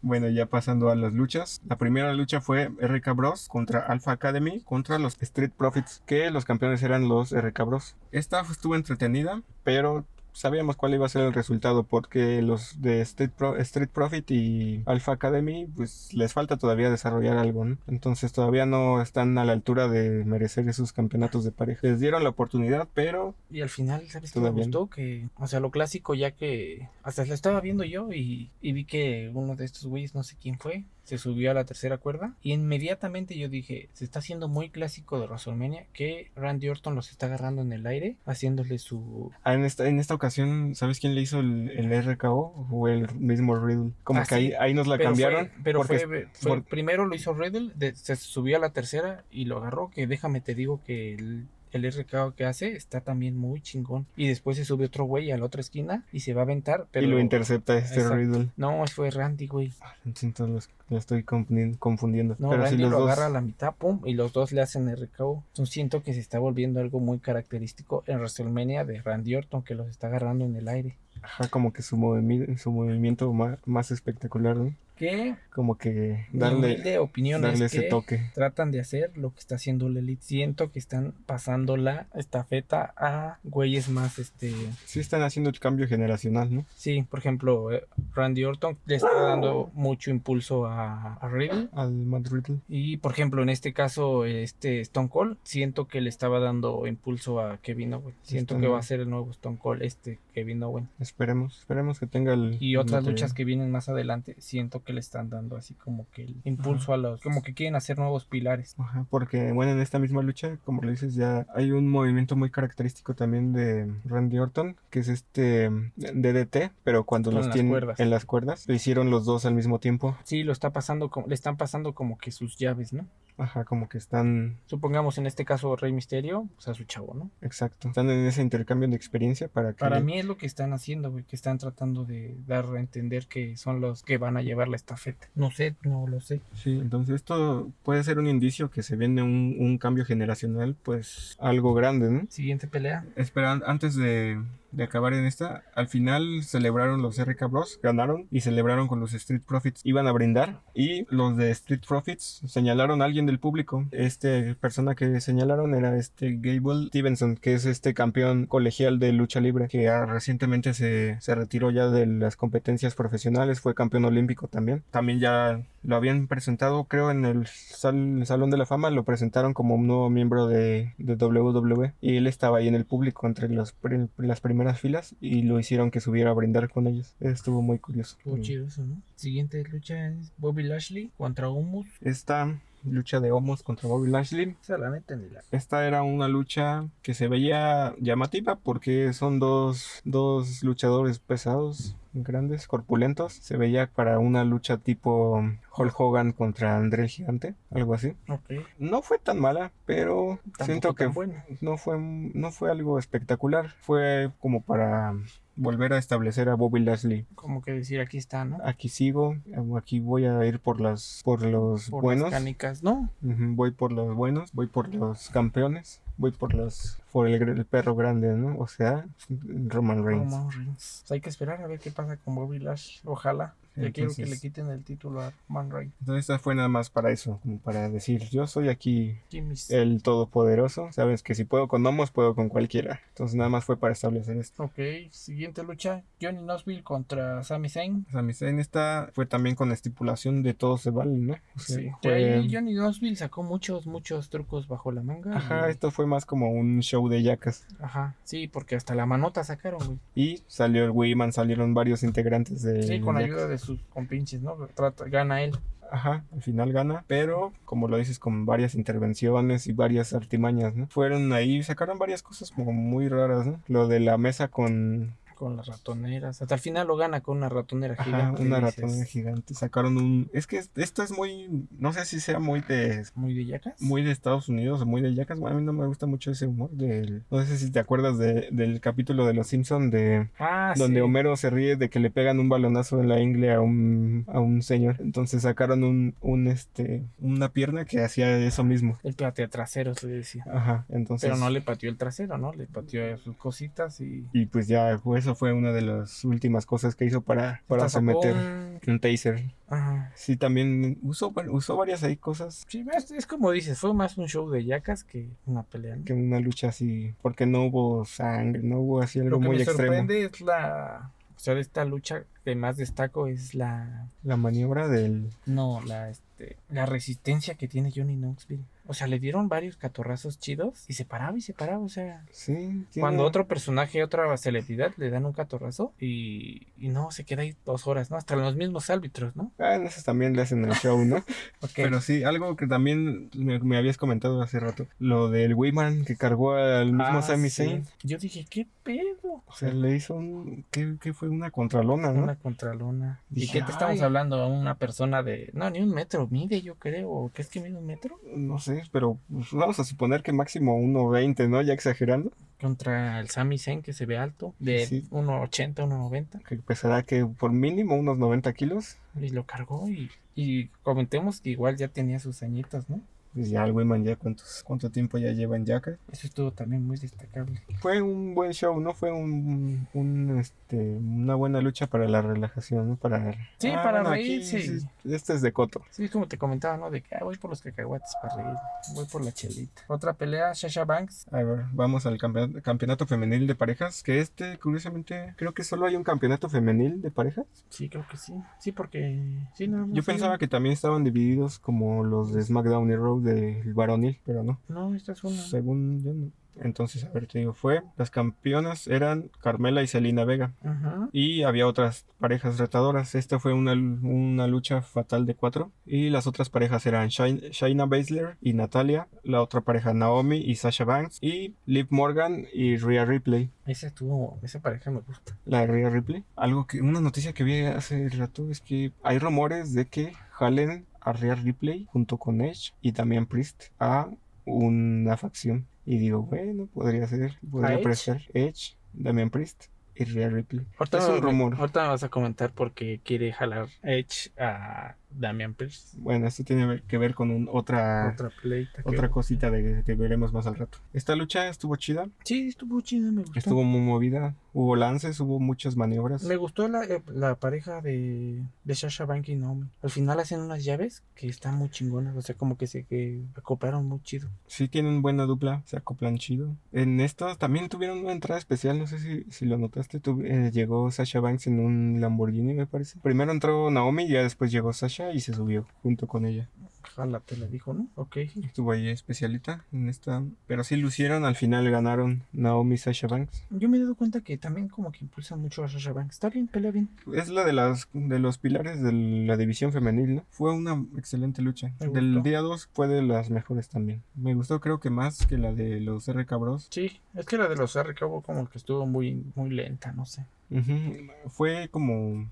Bueno, ya pasando a las luchas. La primera lucha fue RK Bros contra Alpha Academy contra los Street Profits, que los campeones eran los RK Bros. Esta estuvo entretenida, pero sabíamos cuál iba a ser el resultado porque los de Street, Pro- Street Profit y Alpha Academy, pues les falta todavía desarrollar algo, ¿no? Entonces todavía no están a la altura de merecer esos campeonatos de pareja. Les dieron la oportunidad, pero Y al final, ¿sabes qué me Todavía no. gustó? Que, o sea, lo clásico ya que hasta lo estaba viendo yo y, y vi que uno de estos güeyes, no sé quién fue, se subió a la tercera cuerda y inmediatamente yo dije, se está haciendo muy clásico de WrestleMania que Randy Orton los está agarrando en el aire, haciéndole su... Ah, En esta, en esta ocasión, ¿sabes quién le hizo el, el RKO? O el mismo Riddle. Como Ah, que ahí, sí. ahí nos la pero cambiaron. fue- pero porque- fue, fue- por- primero lo hizo Riddle, de- se subió a la tercera y lo agarró, que déjame te digo que el... El RKO que hace está también muy chingón. Y después se sube otro güey a la otra esquina y se va a aventar. Pero Y lo intercepta este Exacto. Riddle. No, fue Randy, güey. Entonces los, lo estoy confundi- confundiendo. No, pero Randy sí, los lo dos. agarra a la mitad, pum, y los dos le hacen el recabo. Entonces siento que se está volviendo algo muy característico en WrestleMania de Randy Orton, que los está agarrando en el aire. Ajá, como que su, movimi- su movimiento más, más espectacular, ¿no? Que Como que darle, darle, opiniones darle que ese toque. tratan de hacer lo que está haciendo la elite. Siento que están pasando la estafeta a güeyes más este Sí están haciendo el cambio generacional, ¿no? Sí, por ejemplo, eh, Randy Orton le está dando mucho impulso a, a Riddle. Al Matt Riddle. Y por ejemplo, en este caso, este Stone Cold, siento que le estaba dando impulso a Kevin Owen. Siento Stone que va a Cold. ser el nuevo Stone Cold, este Kevin Owen. Esperemos, esperemos que tenga el... Y otras material. luchas que vienen más adelante, siento que le están dando así como que el impulso a los. Como que quieren hacer nuevos pilares. Ajá, porque bueno, en esta misma lucha, como lo dices, ya hay un movimiento muy característico también de Randy Orton, que es este mm, DDT, pero cuando Con los las tiene cuerdas. en las cuerdas, lo hicieron los dos al mismo tiempo. Sí, lo está pasando, como- le están pasando como que sus llaves, ¿no? Ajá, como que están, Supongamos en este caso Rey Misterio, pues a su chavo, ¿no? exacto, están en ese intercambio de experiencia para que... Para mí es lo que están haciendo, güey, que están tratando de dar a entender que son los que van a llevar la estafeta. No sé, no lo sé. Sí, entonces esto puede ser un indicio que se viene un, un cambio generacional, pues algo grande, ¿no? Siguiente pelea. Esperan, antes de, de acabar en esta, al final celebraron los RK Bros, ganaron y celebraron con los Street Profits. Iban a brindar y los de Street Profits señalaron a alguien del público. Este persona que señalaron era este Gable Stevenson, que es este campeón colegial de lucha libre que ah, recientemente se, se retiró ya de las competencias profesionales, fue campeón olímpico también. También ya lo habían presentado, creo, en el sal- Salón de la Fama, lo presentaron como un nuevo miembro de, de WWE y él estaba ahí en el público entre los pri- las primeras filas y lo hicieron que subiera a brindar con ellos. Estuvo muy curioso. Estuvo chido eso, ¿no? Siguiente lucha es Bobby Lashley contra Humus. Esta lucha de Homos contra Bobby Lashley Esa la neta ni la. Esta era una lucha que se veía llamativa porque son dos, dos luchadores pesados, grandes, corpulentos. Se veía para una lucha tipo Hulk Hogan contra André el Gigante, algo así. Ok. No fue tan mala, pero siento que buena. no fue, no fue algo espectacular. Fue como para volver a establecer a Bobby Lashley. Como que decir aquí está, ¿no? Aquí sigo, aquí voy a ir por, las, por los Por buenos. las canicas, ¿no? Ujú, Voy por los buenos, voy por los campeones, voy por los por el, gr- el perro grande, ¿no? O sea, Roman Reigns. Roman Reigns. O sea, Pues hay que esperar a ver qué pasa con Bobby Lashley. Ojalá. Ya quiero que Entonces- le quiten el título a Man Reigns. Entonces esta fue nada más para eso, como para decir, yo soy aquí Jimmy's. el todopoderoso, sabes que si puedo con Homos, puedo con cualquiera. Entonces nada más fue para establecer esto. Ok, siguiente lucha. Johnny Knoxville contra Sami Zayn. Sami Zayn esta fue también con estipulación de todo se vale, ¿no? O sea, Sí, fue- ahí Johnny Knoxville sacó muchos, muchos trucos bajo la manga. Ajá, y- esto fue más como un show de yacas. ajá, sí, porque hasta la manota sacaron, güey. Y salió el Wiman, salieron varios integrantes de Sí, con Yacas. ayuda de sus compinches, ¿no? Trata, gana él. Ajá, al final gana, pero como lo dices, con varias intervenciones y varias artimañas, ¿no? Fueron ahí, sacaron varias cosas como muy raras, ¿no? Lo de la mesa con Con las ratoneras. Hasta el final lo gana con una ratonera ajá, gigante. una dices, ratona gigante, sacaron un... Es que es- esto es muy, no sé si sea muy de... Muy de yacas. Muy de Estados Unidos o muy de Yacas, a mí no me gusta mucho ese humor del... No sé si te acuerdas de- del capítulo de Los Simpson de... Ah, Donde sí. Homero se ríe de que le pegan un balonazo en la ingle a un, a un señor. Entonces sacaron un, un, este, una pierna que hacía eso mismo. El platea trasero se le decía. Ajá, entonces. Pero no le pateó el trasero, ¿no? Le pateó sus cositas y. Y pues ya, pues, eso fue una de las últimas cosas que hizo para, para hasta sacó someter un- un taser. Ajá. Sí, también usó, var- usó varias ahí cosas Sí, es, es como dices, fue más un show de yacas que una pelea. ¿no? que una lucha así, porque no hubo sangre, no hubo así algo Lo que muy me extremo. sorprende es la. O sea, de esta lucha que más destaco es la. La maniobra del. No, la, este, la resistencia que tiene Johnny Knoxville. O sea, le dieron varios catorrazos chidos y se paraba y se paraba. O sea, Sí, tiene- cuando otro personaje, otra celebridad le dan un catorrazo y, y no, se queda ahí dos horas, ¿no? Hasta los mismos árbitros, ¿no? Ah, en esas también le hacen el show, ¿no? Porque Pero sí, algo que también me, me habías comentado hace rato. Lo del Wayman que cargó al mismo Ah, Sami sí. Zayn. Yo dije, ¿qué pedo? O sea, le hizo un. ¿Qué, qué fue? Una contralona, ¿no? Una contralona. ¿Y Dije, qué te estamos "Ay". hablando? A una persona de. No, ni un metro mide, yo creo. ¿Qué es que mide un metro? No sé, pero pues, vamos a suponer que máximo 1.20, ¿no? Ya exagerando. Contra el Sami Zayn que se ve alto, de Sí. 1.80, 1.90. Que pesará que por mínimo unos 90 kilos. Y lo cargó y, y comentemos que igual ya tenía sus añitos, ¿no? Pues ya el Wayman ya cuántos, cuánto tiempo ya lleva en Yaka. Eso estuvo también muy destacable. Fue un buen show, ¿no? Fue un, un, este, una buena lucha para la relajación, ¿no? Para... Ah, Sí, para aquí reír, sí. es- Este es de Coto. Sí, como te comentaba, ¿no? De que ah, voy por los cacahuates para reír, voy por la chelita. Otra pelea, Sasha Banks. A ver, vamos al campeonato, campeonato femenil de parejas, que este, curiosamente, creo que solo hay un campeonato femenil de parejas. Sí, creo que sí. Sí, porque. Sí, nada más Yo hay pensaba una. que también estaban divididos como los de SmackDown y Raw del varonil, pero no. No, esta es una. Según yo, no. Entonces, a ver, te digo, fue. Las campeonas eran Carmela y Selina Vega. Ajá. Y había otras parejas retadoras. Esta fue una, una lucha fatal de cuatro. Y las otras parejas eran Shain- Shayna Baszler y Natalia. La otra pareja Naomi y Sasha Banks. Y Liv Morgan y Rhea Ripley. Esa estuvo. Esa pareja me gusta. La de Rhea Ripley. Algo que. Una noticia que vi hace rato es que hay rumores de que jalen a Rhea Ripley junto con Edge y también Priest a una facción. Y digo, bueno, podría ser. Podría Edge? aparecer Edge, Damian Priest y Rhea Ripley. Ahorita es me- un rumor. Ahorita me vas a comentar porque quiere jalar Edge a Damian Pierce. Bueno, esto tiene ver- que ver con un- otra, otra, Ah. Otra pleita. que- cosita de, que veremos más al rato. Esta lucha estuvo chida, Sí, estuvo chida, me gustó. estuvo muy movida, hubo lances, hubo muchas maniobras. Me gustó la, eh, la pareja de, de Sasha Banks y Naomi. Al final hacen unas llaves que están muy chingonas. O sea, como que se que acoplaron muy chido. Sí tienen buena dupla, se acoplan chido. En estas también tuvieron una entrada especial, no sé si, si lo notaste, tu- eh, llegó Sasha Banks en un Lamborghini me parece. Primero entró Naomi y ya después llegó Sasha y se subió junto con ella. Ojalá te la dijo, ¿no? Ok. Estuvo ahí especialita en esta, pero sí lucieron, al final ganaron Naomi y Sasha Banks. Yo me he dado cuenta que también como que impulsan mucho a Sasha Banks. Está bien, pelea bien. Es la de las de los pilares de la división femenil, ¿no? Fue una excelente lucha. Me Del gustó. día 2 fue de las mejores también. Me gustó creo que más que la de los RK Bros. Sí, es que la de los RKO como que estuvo muy, muy lenta, no sé. Ujú. Fue como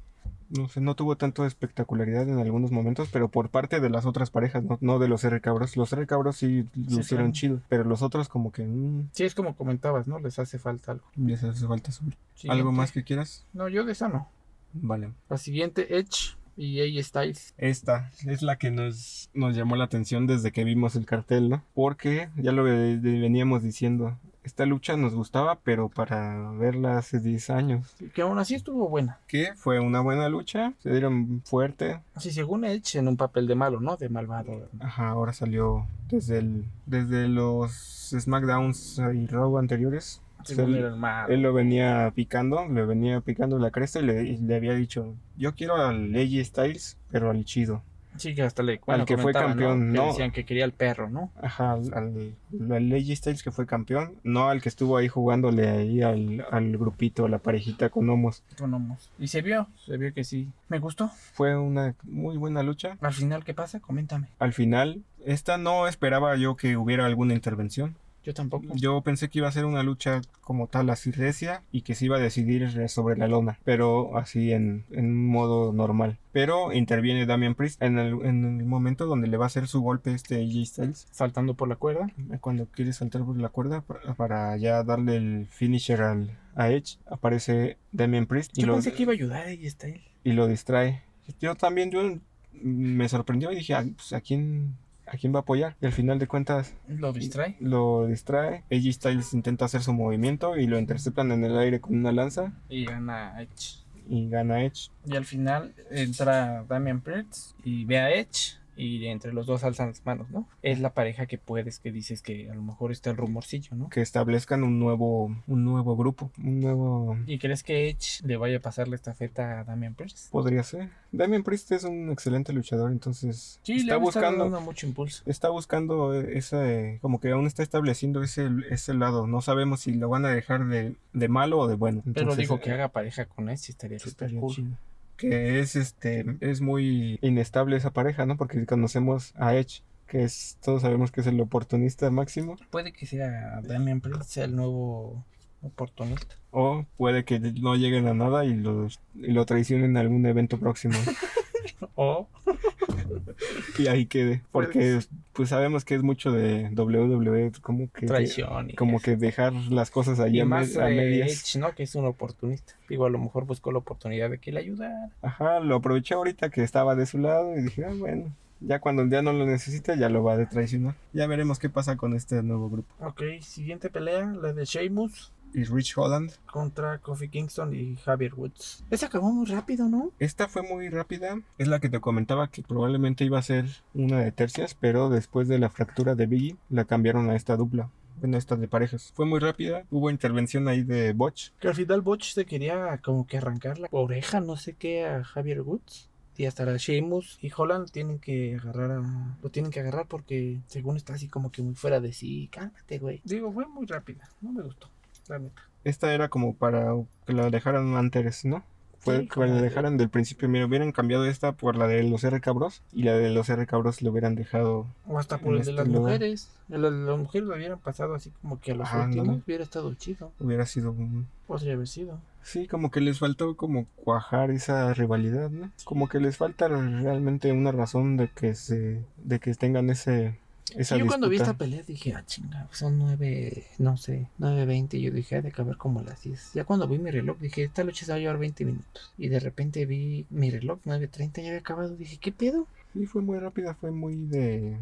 no sé, no tuvo tanto espectacularidad en algunos momentos, pero por parte de las otras parejas, no, no de los RK Bros. Los RK Bros sí lucieron claro. chido, pero los otros como que mm, Sí, es como comentabas, ¿no? Les hace falta algo. les hace falta subir. Siguiente. ¿Algo más que quieras? No, yo de esa no. Vale. La siguiente, Edge y AJ Styles. Esta es la que nos, nos llamó la atención desde que vimos el cartel, ¿no? Porque ya lo ve- de- veníamos diciendo, esta lucha nos gustaba, pero para verla hace 10 años. Que aún así estuvo buena. Que fue una buena lucha, se dieron fuerte. Así según Edge en un papel de malo, ¿no? De malvado. ¿verdad? Ajá, ahora salió desde, el, desde los SmackDowns y Raw anteriores. Según Él- era el malo. Él lo venía picando, le venía picando la cresta y le, y le había dicho, yo quiero al AJ Styles, pero al chido. Sí, que hasta le bueno, Al que fue comentaban, campeón, Que no. decían que quería el perro, ¿no? Ajá, al, al, al AJ Styles que fue campeón, no al que estuvo ahí jugándole ahí al, al grupito, a la parejita con Homos. Con homos. Y se vio, se vio que sí. Me gustó. Fue una muy buena lucha. Al final, ¿qué pasa? Coméntame. Al final, esta no esperaba yo que hubiera alguna intervención. Yo tampoco. Yo pensé que iba a ser una lucha como tal así recia y que se iba a decidir sobre la lona, pero así en, en un modo normal. Pero interviene Damian Priest en el, en el momento donde le va a hacer su golpe este AJ Styles. Saltando por la cuerda. cuando quiere saltar por la cuerda pa- para ya darle el finisher al, a Edge, aparece Damien Priest y Yo lo, pensé que iba a ayudar a AJ Styles. y lo distrae. Yo también yo, mm, me sorprendió y dije, "Ah, pues, ¿a, quién, ¿a quién va a apoyar? Y al final de cuentas Lo distrae. lo distrae. Edge Styles intenta hacer su movimiento y lo interceptan en el aire con una lanza Y gana Edge. y gana Edge. Y al final entra Damian Priest y ve a Edge. Y entre los dos alzan las manos, ¿no? Es la pareja que puedes, que dices que a lo mejor está el rumorcillo, ¿no? Que establezcan un nuevo, un nuevo grupo, un nuevo... ¿Y crees que Edge le vaya a pasar la estafeta a Damian Priest? Podría ser. Damien Priest es un excelente luchador, entonces está han estado buscando... dando mucho impulso. está buscando ese, como que aún está estableciendo ese, ese lado. No sabemos si lo van a dejar de, de malo o de bueno. Pero Entonces, digo que eh, haga pareja con Edge estaría eso súper estaría cool. chido. Que es este, es muy inestable esa pareja, ¿no? Porque conocemos a Edge, que es, todos sabemos que es el oportunista máximo. Puede que sea Damian Priest sea el nuevo oportunista. O puede que no lleguen a nada y lo, y lo traicionen en algún evento próximo. O y ahí quede. Porque pues sabemos que es mucho de WWE, como que traición. y como eso. que dejar las cosas ahí Y a, me- más a eh, medias. Edge, ¿no? Que es un oportunista. Digo, a lo mejor buscó la oportunidad de que le ayudara. Ajá, lo aproveché ahorita que estaba de su lado y dije, ah, bueno, Ya cuando ya no lo necesita, ya lo va a traicionar. Ya veremos qué pasa con este nuevo grupo. Ok, siguiente pelea, la de Sheamus Y Rich Holland. contra Kofi Kingston y Javier Woods. Esa acabó muy rápido, ¿no? Esta fue muy rápida. Es la que te comentaba que probablemente iba a ser una de tercias, pero después de la fractura de Biggie, la cambiaron a esta dupla. Bueno, esta de parejas. Fue muy rápida. Hubo intervención ahí de Botch. Que al final Botch se quería como que arrancar la oreja, no sé qué, a Javier Woods. Y hasta la Sheamus y Holland tienen que agarrar a... Lo tienen que agarrar porque según está así como que muy fuera de sí. Cálmate, güey. Digo, fue muy rápida. No me gustó, la neta. Esta era como para que la dejaran antes, ¿no? Fue Sí, que la como- dejaran del principio. Mira, hubieran cambiado esta por la de los R cabros. Y la de los R cabros le hubieran dejado. O hasta por En el de este las lugar. mujeres. El de las mujeres lo hubieran pasado así como que a los Ajá, últimos. ándale. Hubiera estado chido. Hubiera sido un- Podría haber sido. Sí, como que les faltó como cuajar esa rivalidad, ¿no? Como que les falta realmente una razón de que se, de que tengan ese, esa Sí, yo cuando vi disputa. esta pelea dije, ah, chinga, son nueve, no sé, 9.20. Yo dije, ha de acabar como las 10. Ya cuando vi mi reloj dije, esta lucha se va a llevar 20 minutos. Y de repente vi mi reloj, 9.30, ya había acabado. Dije, ¿qué pedo? Sí, fue muy rápida, fue muy de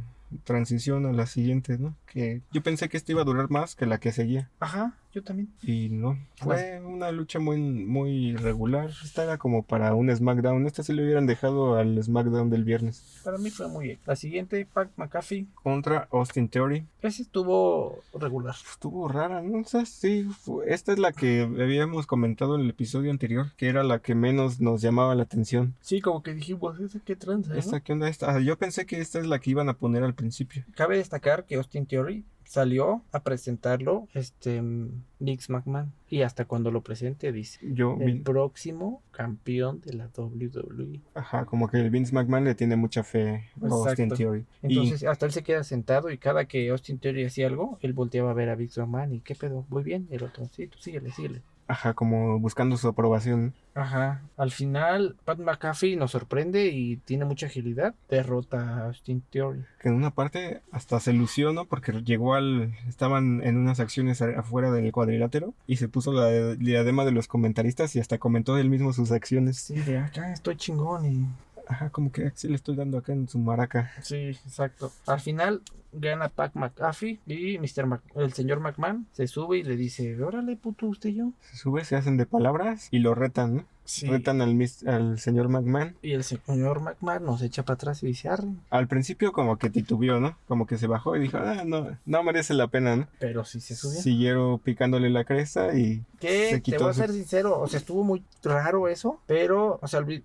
transición a la siguiente, ¿no? Que yo pensé que esta iba a durar más que la que seguía. Ajá, yo también. Y no, fue una lucha muy, muy regular. Esta era como para un SmackDown. Esta sí le hubieran dejado al SmackDown del viernes. Para mí fue muy bien. La siguiente, Pac McAfee. Contra Austin Theory. Ese estuvo regular. Estuvo rara, ¿no? O sea, sí, fu- esta es la que habíamos comentado en el episodio anterior, que era la que menos nos llamaba la atención. Sí, como que dijimos, ¿ese qué tranza? no?" Esta, ¿qué onda esta? Ah, yo pensé que esta es la que iban a poner al principio. Cabe destacar que Austin Theory salió a presentarlo, este, mm, Vince McMahon. Y hasta cuando lo presente dice, Yo, el vi- próximo campeón de la E". WWE. ajá, como que el Vince McMahon le tiene mucha fe a Austin Exacto. Theory. Y- Entonces, hasta él se queda sentado y cada que Austin Theory hacía algo, él volteaba a ver a Big Man y qué pedo, muy bien, el otro, sí, tú síguele, síguele. ajá, como buscando su aprobación. Ajá. Al final, Pat McAfee nos sorprende y tiene mucha agilidad, derrota a Austin Theory. Que en una parte hasta se lució, ¿no? Porque llegó al. Estaban en unas acciones a- afuera del cuadrilátero y se puso la de- diadema de los comentaristas y hasta comentó él mismo sus acciones. Sí, de acá estoy chingón y... Ajá, como que "Ah, sí le estoy dando acá en su maraca. Sí, exacto. Al final gana Pac McAfee y Mr. Mac- el señor McMahon se sube y le dice, órale puto usted y yo. Se sube, se hacen de palabras y lo retan, ¿no? Sí. Retan al, mis- al señor McMahon. Y el señor McMahon nos echa para atrás y dice, arre. Al principio como que titubeó, ¿no? Como que se bajó y dijo, ah, no, no merece la pena, ¿no? Pero sí se subió. Siguieron picándole la cresta y Que Se te quitó voy a su- ser sincero, o sea, estuvo muy raro eso, pero, o sea, el Vi-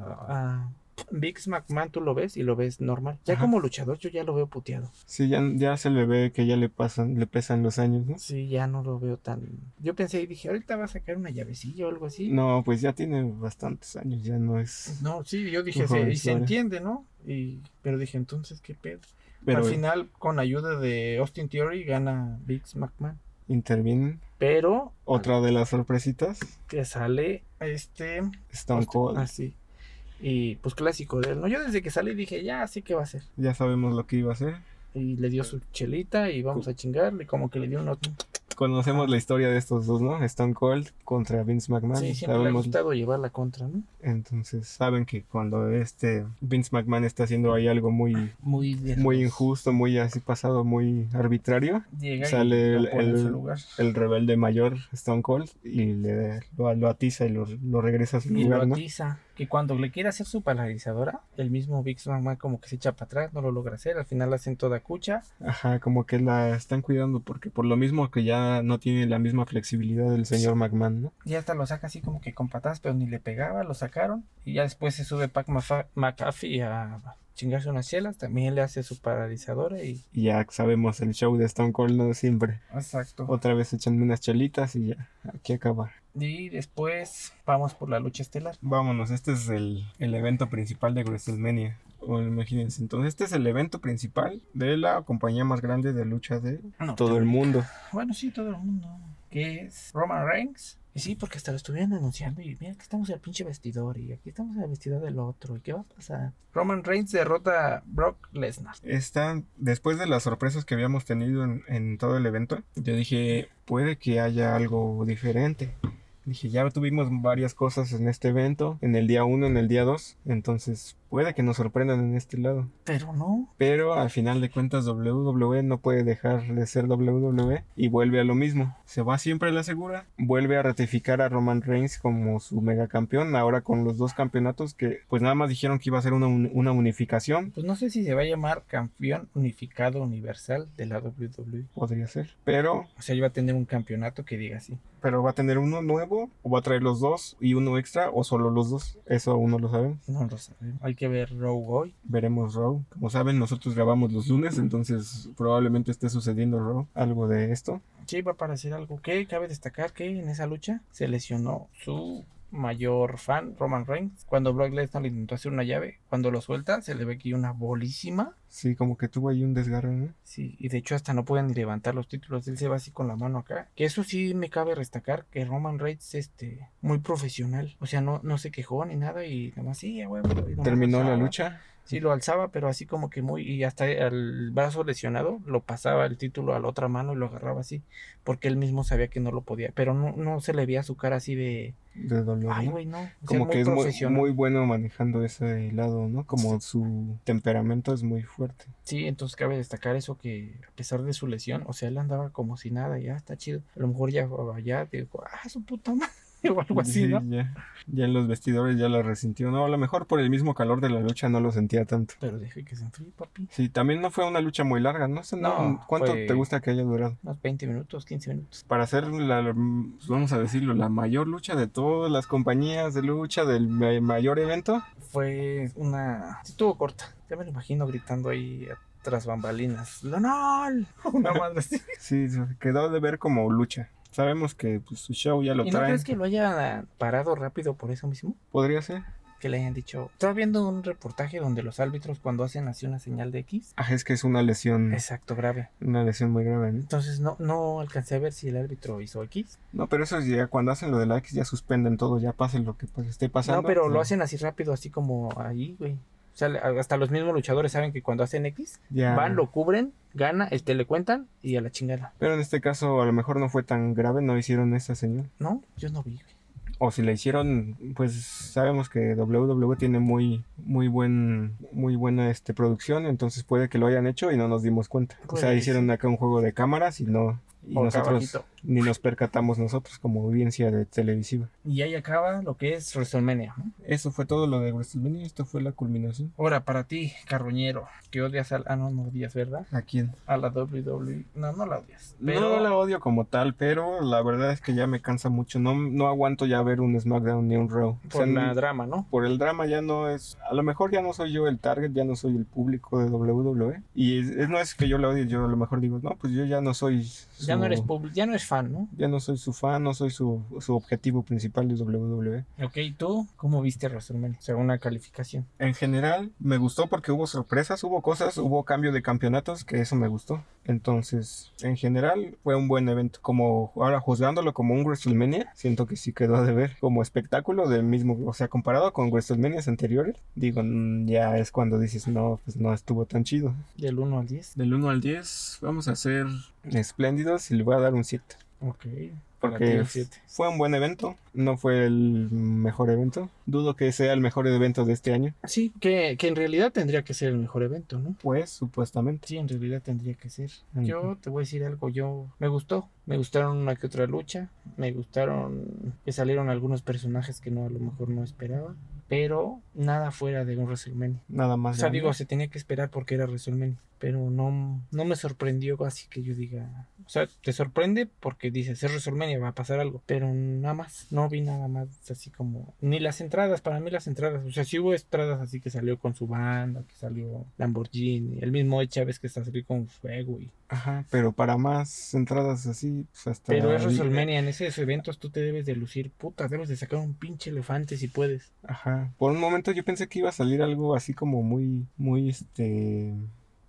ah, ah, Vix McMahon tú lo ves y lo ves normal. Ya Ajá. como luchador yo ya lo veo puteado. sí, ya, ya se le ve que ya le pasan, le pesan los años, ¿no? Sí, ya no lo veo tan... Yo pensé y dije, ahorita va a sacar una llavecilla o algo así. No, pues ya tiene bastantes años, ya no es... No, sí, yo dije, Ujú, se- y se vale. entiende, ¿no? Y, pero dije, entonces, ¿qué pedo? Pero Al final, con ayuda de Austin Theory, gana Vix McMahon. intervienen. Pero, Otra de las sorpresitas, que sale este... Stone Cold. Así. Y pues clásico de él, ¿no? Yo desde que salí dije, ya, así que va a ser. Ya sabemos lo que iba a hacer. Y le dio su chelita y vamos a chingarle. Como que le dio un... Ah. Conocemos la historia de estos dos, ¿no? Stone Cold contra Vince McMahon. Sí, siempre le ha Sabemos- gustado llevar la contra, ¿no? Entonces saben que cuando este Vince McMahon está haciendo ahí algo muy, Muy muy injusto, muy así pasado, muy arbitrario, Llega Sale y el- lo pone en su el- lugar. el rebelde mayor Stone Cold y le lo, lo atiza y lo, lo regresa a su Y lo lugar, ¿no? atiza. Que cuando le quiere hacer su paralizadora, el mismo Big Mama como que se echa para atrás, no lo logra hacer. Al final la hacen toda cucha. Ajá, como que la están cuidando porque por lo mismo que ya no tiene la misma flexibilidad del señor McMahon, ¿no? Y hasta lo saca así como que con patadas, pero ni le pegaba, lo sacaron. Y ya después se sube Pac Mafa- McAfee a chingarse unas chelas. También le hace su paralizadora y. Y ya sabemos el show de Stone Cold no siempre. Exacto. Otra vez echan unas chelitas y ya, aquí acaba. Y después vamos por la lucha estelar. Vámonos, este es el, el evento principal de WrestleMania. O imagínense, entonces este es el evento principal de la compañía más grande de lucha de No, todo el mundo. Bueno, sí, todo el mundo. Que es Roman Reigns. Y sí, porque hasta lo estuvieron anunciando. Y mira, que estamos en el pinche vestidor. Y aquí estamos en el vestidor del otro. ¿Y qué va a pasar? Roman Reigns derrota a Brock Lesnar. Esta, después de las sorpresas que habíamos tenido en, en todo el evento, yo dije, puede que haya algo diferente. Dije, ya tuvimos varias cosas en este evento, en el día 1, en el día 2, entonces Puede que nos sorprendan en este lado. Pero no. Pero al final de cuentas WWE no puede dejar de ser WWE y vuelve a lo mismo. Se va siempre a la segura. Vuelve a ratificar a Roman Reigns como su megacampeón. Ahora con los dos campeonatos que pues nada más dijeron que iba a ser una, un- una unificación. Pues no sé si se va a llamar campeón unificado universal de la WWE. Podría ser. Pero, O sea, iba a tener un campeonato que diga así. pero va a tener uno nuevo o va a traer los dos y uno extra o solo los dos. Eso aún no lo sabemos. No lo sabemos. Hay que ver Rogue hoy. veremos Raw. Como saben, nosotros grabamos los lunes, entonces probablemente esté sucediendo Raw algo de esto. Sí, va a aparecer algo. Que cabe destacar que en esa lucha se lesionó su mayor fan, Roman Reigns. Cuando Brock Lesnar le intentó hacer una llave, cuando lo suelta, se le ve aquí una bolísima. Sí, como que tuvo ahí un desgarre, ¿no? Sí, y de hecho hasta no pueden ni levantar los títulos, él se va así con la mano acá. Que eso sí me cabe destacar que Roman Reigns, este, muy profesional. O sea, no, no se quejó ni nada y nada más, sí, a huevo", y nomás Terminó la alzaba. lucha. Sí, lo alzaba, pero así como que muy, y hasta el brazo lesionado, lo pasaba el título a la otra mano y lo agarraba así, porque él mismo sabía que no lo podía, pero no, no se le veía su cara así de, De dolor. ay, ¿no? güey, no. O sea, Como que es muy, profesional. muy bueno manejando ese lado, ¿no? Como su temperamento es muy fuerte. Sí, entonces cabe destacar eso que a pesar de su lesión, o sea, él andaba como si nada, ya está chido. A lo mejor ya, ya dijo, ah, su puta madre, o algo Sí, así, ¿no? ya, ya en los vestidores ya lo resintió. No, a lo mejor por el mismo calor de la lucha no lo sentía tanto. Pero dejé que se enfríe, papi. Sí, también no fue una lucha muy larga, ¿no? sé, no, No, ¿Cuánto fue- te gusta que haya durado? Unos 20 minutos, 15 minutos. para hacer la, pues, vamos a decirlo, la mayor lucha de todas las compañías de lucha del ma- mayor evento. Fue una... sí Estuvo corta, ya me lo imagino gritando ahí tras bambalinas. ¡Lonol! Una madre así. Sí, se quedó de ver como lucha. Sabemos que pues, su show ya lo ¿Y no traen. crees que lo haya parado rápido por eso mismo? Podría ser. Que le hayan dicho... Estaba viendo un reportaje donde los árbitros cuando hacen así una señal de X... Ah, es que es una lesión, Exacto, grave. una lesión muy grave. ¿no? Entonces no, no alcancé a ver si el árbitro hizo X. No, pero eso es ya cuando hacen lo de la X ya suspenden todo, ya pase lo que pues, esté pasando. No, pero lo pues, hacen así rápido, así como ahí, güey. O sea, le- hasta los mismos luchadores saben que cuando hacen X, ya. van, lo cubren, gana, este le cuentan y a la chingada. Pero en este caso a lo mejor no fue tan grave, no hicieron esa señal. No, yo no vi, güey. o si la hicieron, pues sabemos que WWE tiene muy, muy buen, muy buena este, producción, entonces puede que lo hayan hecho y no nos dimos cuenta. o Puede sea, que hicieron acá un juego de cámaras y no, y O nosotros caballito. ni nos percatamos nosotros como audiencia de televisiva. Y ahí acaba lo que es WrestleMania. ¿no? Eso fue todo lo de WrestleMania, esto fue la culminación. Ahora, para ti, carroñero, que odias al... Ah, no, no odias, ¿verdad? ¿A quién? A la WWE. No, no la odias. No Pero la odio como tal, pero la verdad es que ya me cansa mucho. No, no aguanto ya ver un SmackDown ni un Raw. O por sea, la drama, ¿no? por el drama ya no es, a lo mejor ya no soy yo el target, ya no soy el público de WWE. Y es- es- no es que yo lo odie, yo a lo mejor digo, no, pues yo ya no soy... su- Ya no eres pub- ya no eres fan, ¿no? Ya no soy su fan, no soy su, su objetivo principal de E. WWE. Ok, ¿tú cómo viste WrestleMania? O sea, una calificación. En general, me gustó porque hubo sorpresas, hubo cosas, hubo cambio de campeonatos, que eso me gustó. Entonces, en general, fue un buen evento. Como ahora juzgándolo como un WrestleMania, siento que sí quedó de ver como espectáculo del mismo. O sea, comparado con WrestleManias anteriores, digo, mm, ya es cuando dices, no, pues no estuvo tan chido. Del 1 al 10. Del 1 al 10, vamos a ser espléndidos y le voy a dar un 7. Ok. para ti Porque un 7. fue un buen evento, no fue el mejor evento. Dudo que sea el mejor evento de este año, Sí, que, que en realidad tendría que ser el mejor evento, ¿no? pues supuestamente. Sí, en realidad tendría que ser. Yo Ujú. te voy a decir algo, yo me gustó. Me gustaron una que otra lucha, me gustaron que salieron algunos personajes que no a lo mejor no esperaba, pero nada fuera de un WrestleMania. Nada O más. sea, grande. digo, se tenía que esperar porque era WrestleMania, pero no, no me sorprendió así que yo diga, o sea, te sorprende porque dices, es WrestleMania, va a pasar algo, pero nada más, no vi nada más así como, ni las entradas, para mí las entradas, o sea, sí hubo entradas así que salió con su banda, que salió Lamborghini, el mismo Ed Chávez que está salió con fuego, y, Ajá, pero para más entradas así, pues hasta. pero es WrestleMania, en esos eventos tú te debes de lucir, puta, debes de sacar un pinche elefante si puedes. Ajá. Por un momento yo pensé que iba a salir algo así como muy, muy este.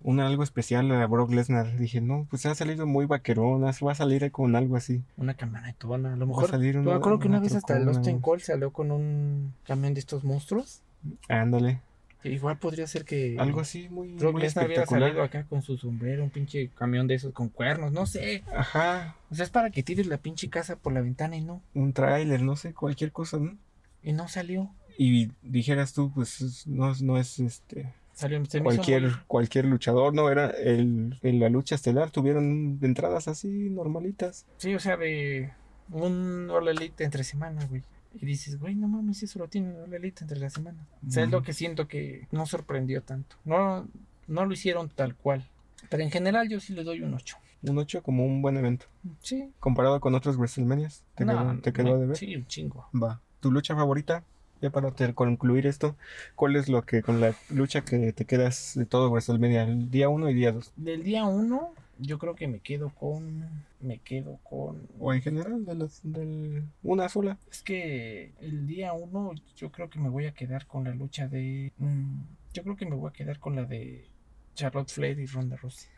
Un algo especial a Brock Lesnar. Dije, no, pues ha salido muy vaquerón, va a salir con algo así. Una camionetona, a lo Va a mejor. salir Yo una- me acuerdo que una vez hasta el trocona, Austin ¿no? Cole salió con un camión de estos monstruos. Ándale. Que Igual podría ser que Algo así muy, Brock muy Lesnar hubiera espectacular. salido acá con su sombrero, un pinche camión de esos con cuernos, no sé. Ajá. O sea, es para que tires la pinche casa por la ventana y no. Un tráiler, no sé, cualquier cosa, ¿no? Y no salió. Y dijeras tú, pues es- no, es- no es este Salió, se me hizo cualquier, muy- cualquier luchador, no, era el, en la lucha estelar, tuvieron entradas así normalitas. Sí, o sea, de un All Elite entre semana, güey. Y dices, güey, no mames, eso lo tiene All Elite entre la semana. O sea, es lo Ujú. que siento que no sorprendió tanto. No, no lo hicieron tal cual. Pero en general yo sí le doy un 8. Un 8 como un buen evento. Sí. Comparado con otros WrestleManias, ¿te quedó, te quedó me- de ver? Sí, un chingo. Va. ¿Tu lucha favorita? Ya para ter- concluir esto, ¿cuál es lo que con la lucha que te quedas de todo WrestleMania? El día 1 y día 2. Del día 1, yo creo que me quedo con... Me quedo con... O en general, de las, del, una sola. Es que el día 1 yo creo que me voy a quedar con la lucha de... mm, yo creo que me voy a quedar con la de Charlotte Flair y Ronda Rousey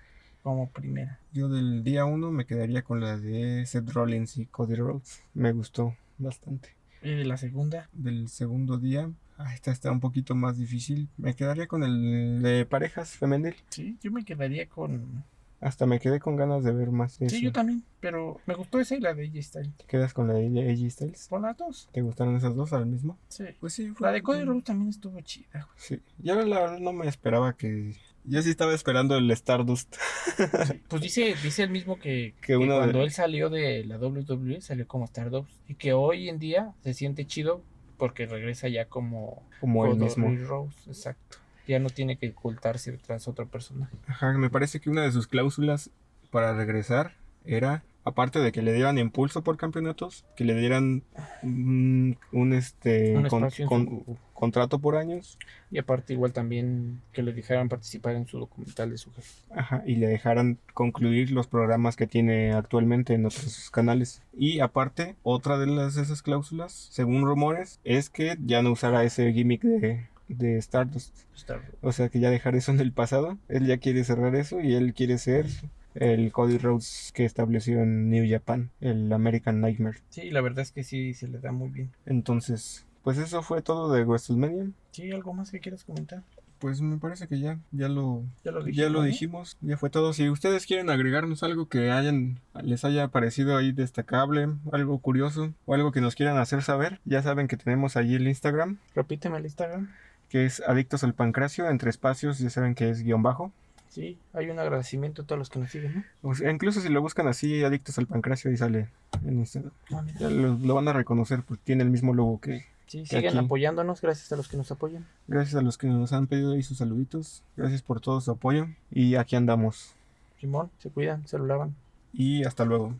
como primera. Yo del día 1 me quedaría con la de Seth Rollins y Cody Rhodes. Me gustó bastante. Y de la segunda, Del segundo día, ah, esta está un poquito más difícil. Me quedaría con el de parejas femenil. sí, yo me quedaría con... Hasta me quedé con ganas de ver más eso. Sí, yo también, pero me gustó esa y la de ella Styles. ¿Te quedas con la de AJ Styles? Con las dos, ¿Te gustaron esas dos al mismo? sí. Pues sí. fue- La de Cody Rhodes también estuvo chida, güey. Sí, yo la verdad no me esperaba que... Yo sí estaba esperando el Stardust. Pues dice, dice el mismo que, Que que uno de- cuando él salió de la WWE salió como Stardust y que hoy en día se siente chido porque regresa ya como Como el Cody mismo. Rhodes, exacto. Ya no tiene que ocultarse tras otro personaje. Ajá, me parece que una de sus cláusulas para regresar era, aparte de que le dieran impulso por campeonatos, que le dieran mm, un, este Un con- espacio en con- su- contrato por años Y aparte igual también que le dejaran participar en su documental de su jefe. ajá, y le dejaran concluir los programas que tiene actualmente en otros canales. Y aparte, otra de las, esas cláusulas, según rumores, es que ya no usara ese gimmick de, de Stardust. Stardust. O sea que ya dejar eso en el pasado. Él ya quiere cerrar eso y él quiere ser el Cody Rhodes que estableció en New Japan, el American Nightmare. Sí, la verdad es que sí, se le da muy bien. Entonces, pues eso fue todo de WrestleMania. Sí, ¿algo más que quieras comentar? Pues me parece que ya, ya lo, Ya lo ya lo ¿no? dijimos, ya fue todo. Si ustedes quieren agregarnos algo que hayan, les haya parecido ahí destacable, algo curioso o algo que nos quieran hacer saber, ya saben que tenemos allí el Instagram, Repíteme el Instagram. que es Adictos al Pancracio, entre espacios, ya saben que es guión bajo. Sí, hay un agradecimiento a todos los que nos siguen, O sea, incluso si lo buscan así, Adictos al Pancracio, ahí sale en Instagram. ¿no? Ya lo, lo van a reconocer porque tiene el mismo logo que. Sí, Que sigan aquí- apoyándonos, gracias a los que nos apoyan. Gracias a los que nos han pedido ahí sus saluditos. Gracias por todo su apoyo. Y aquí andamos. Simón, se cuidan, se lo lavan. Y hasta luego.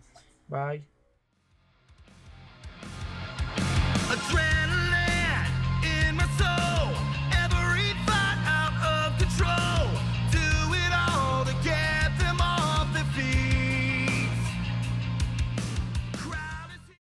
Bye.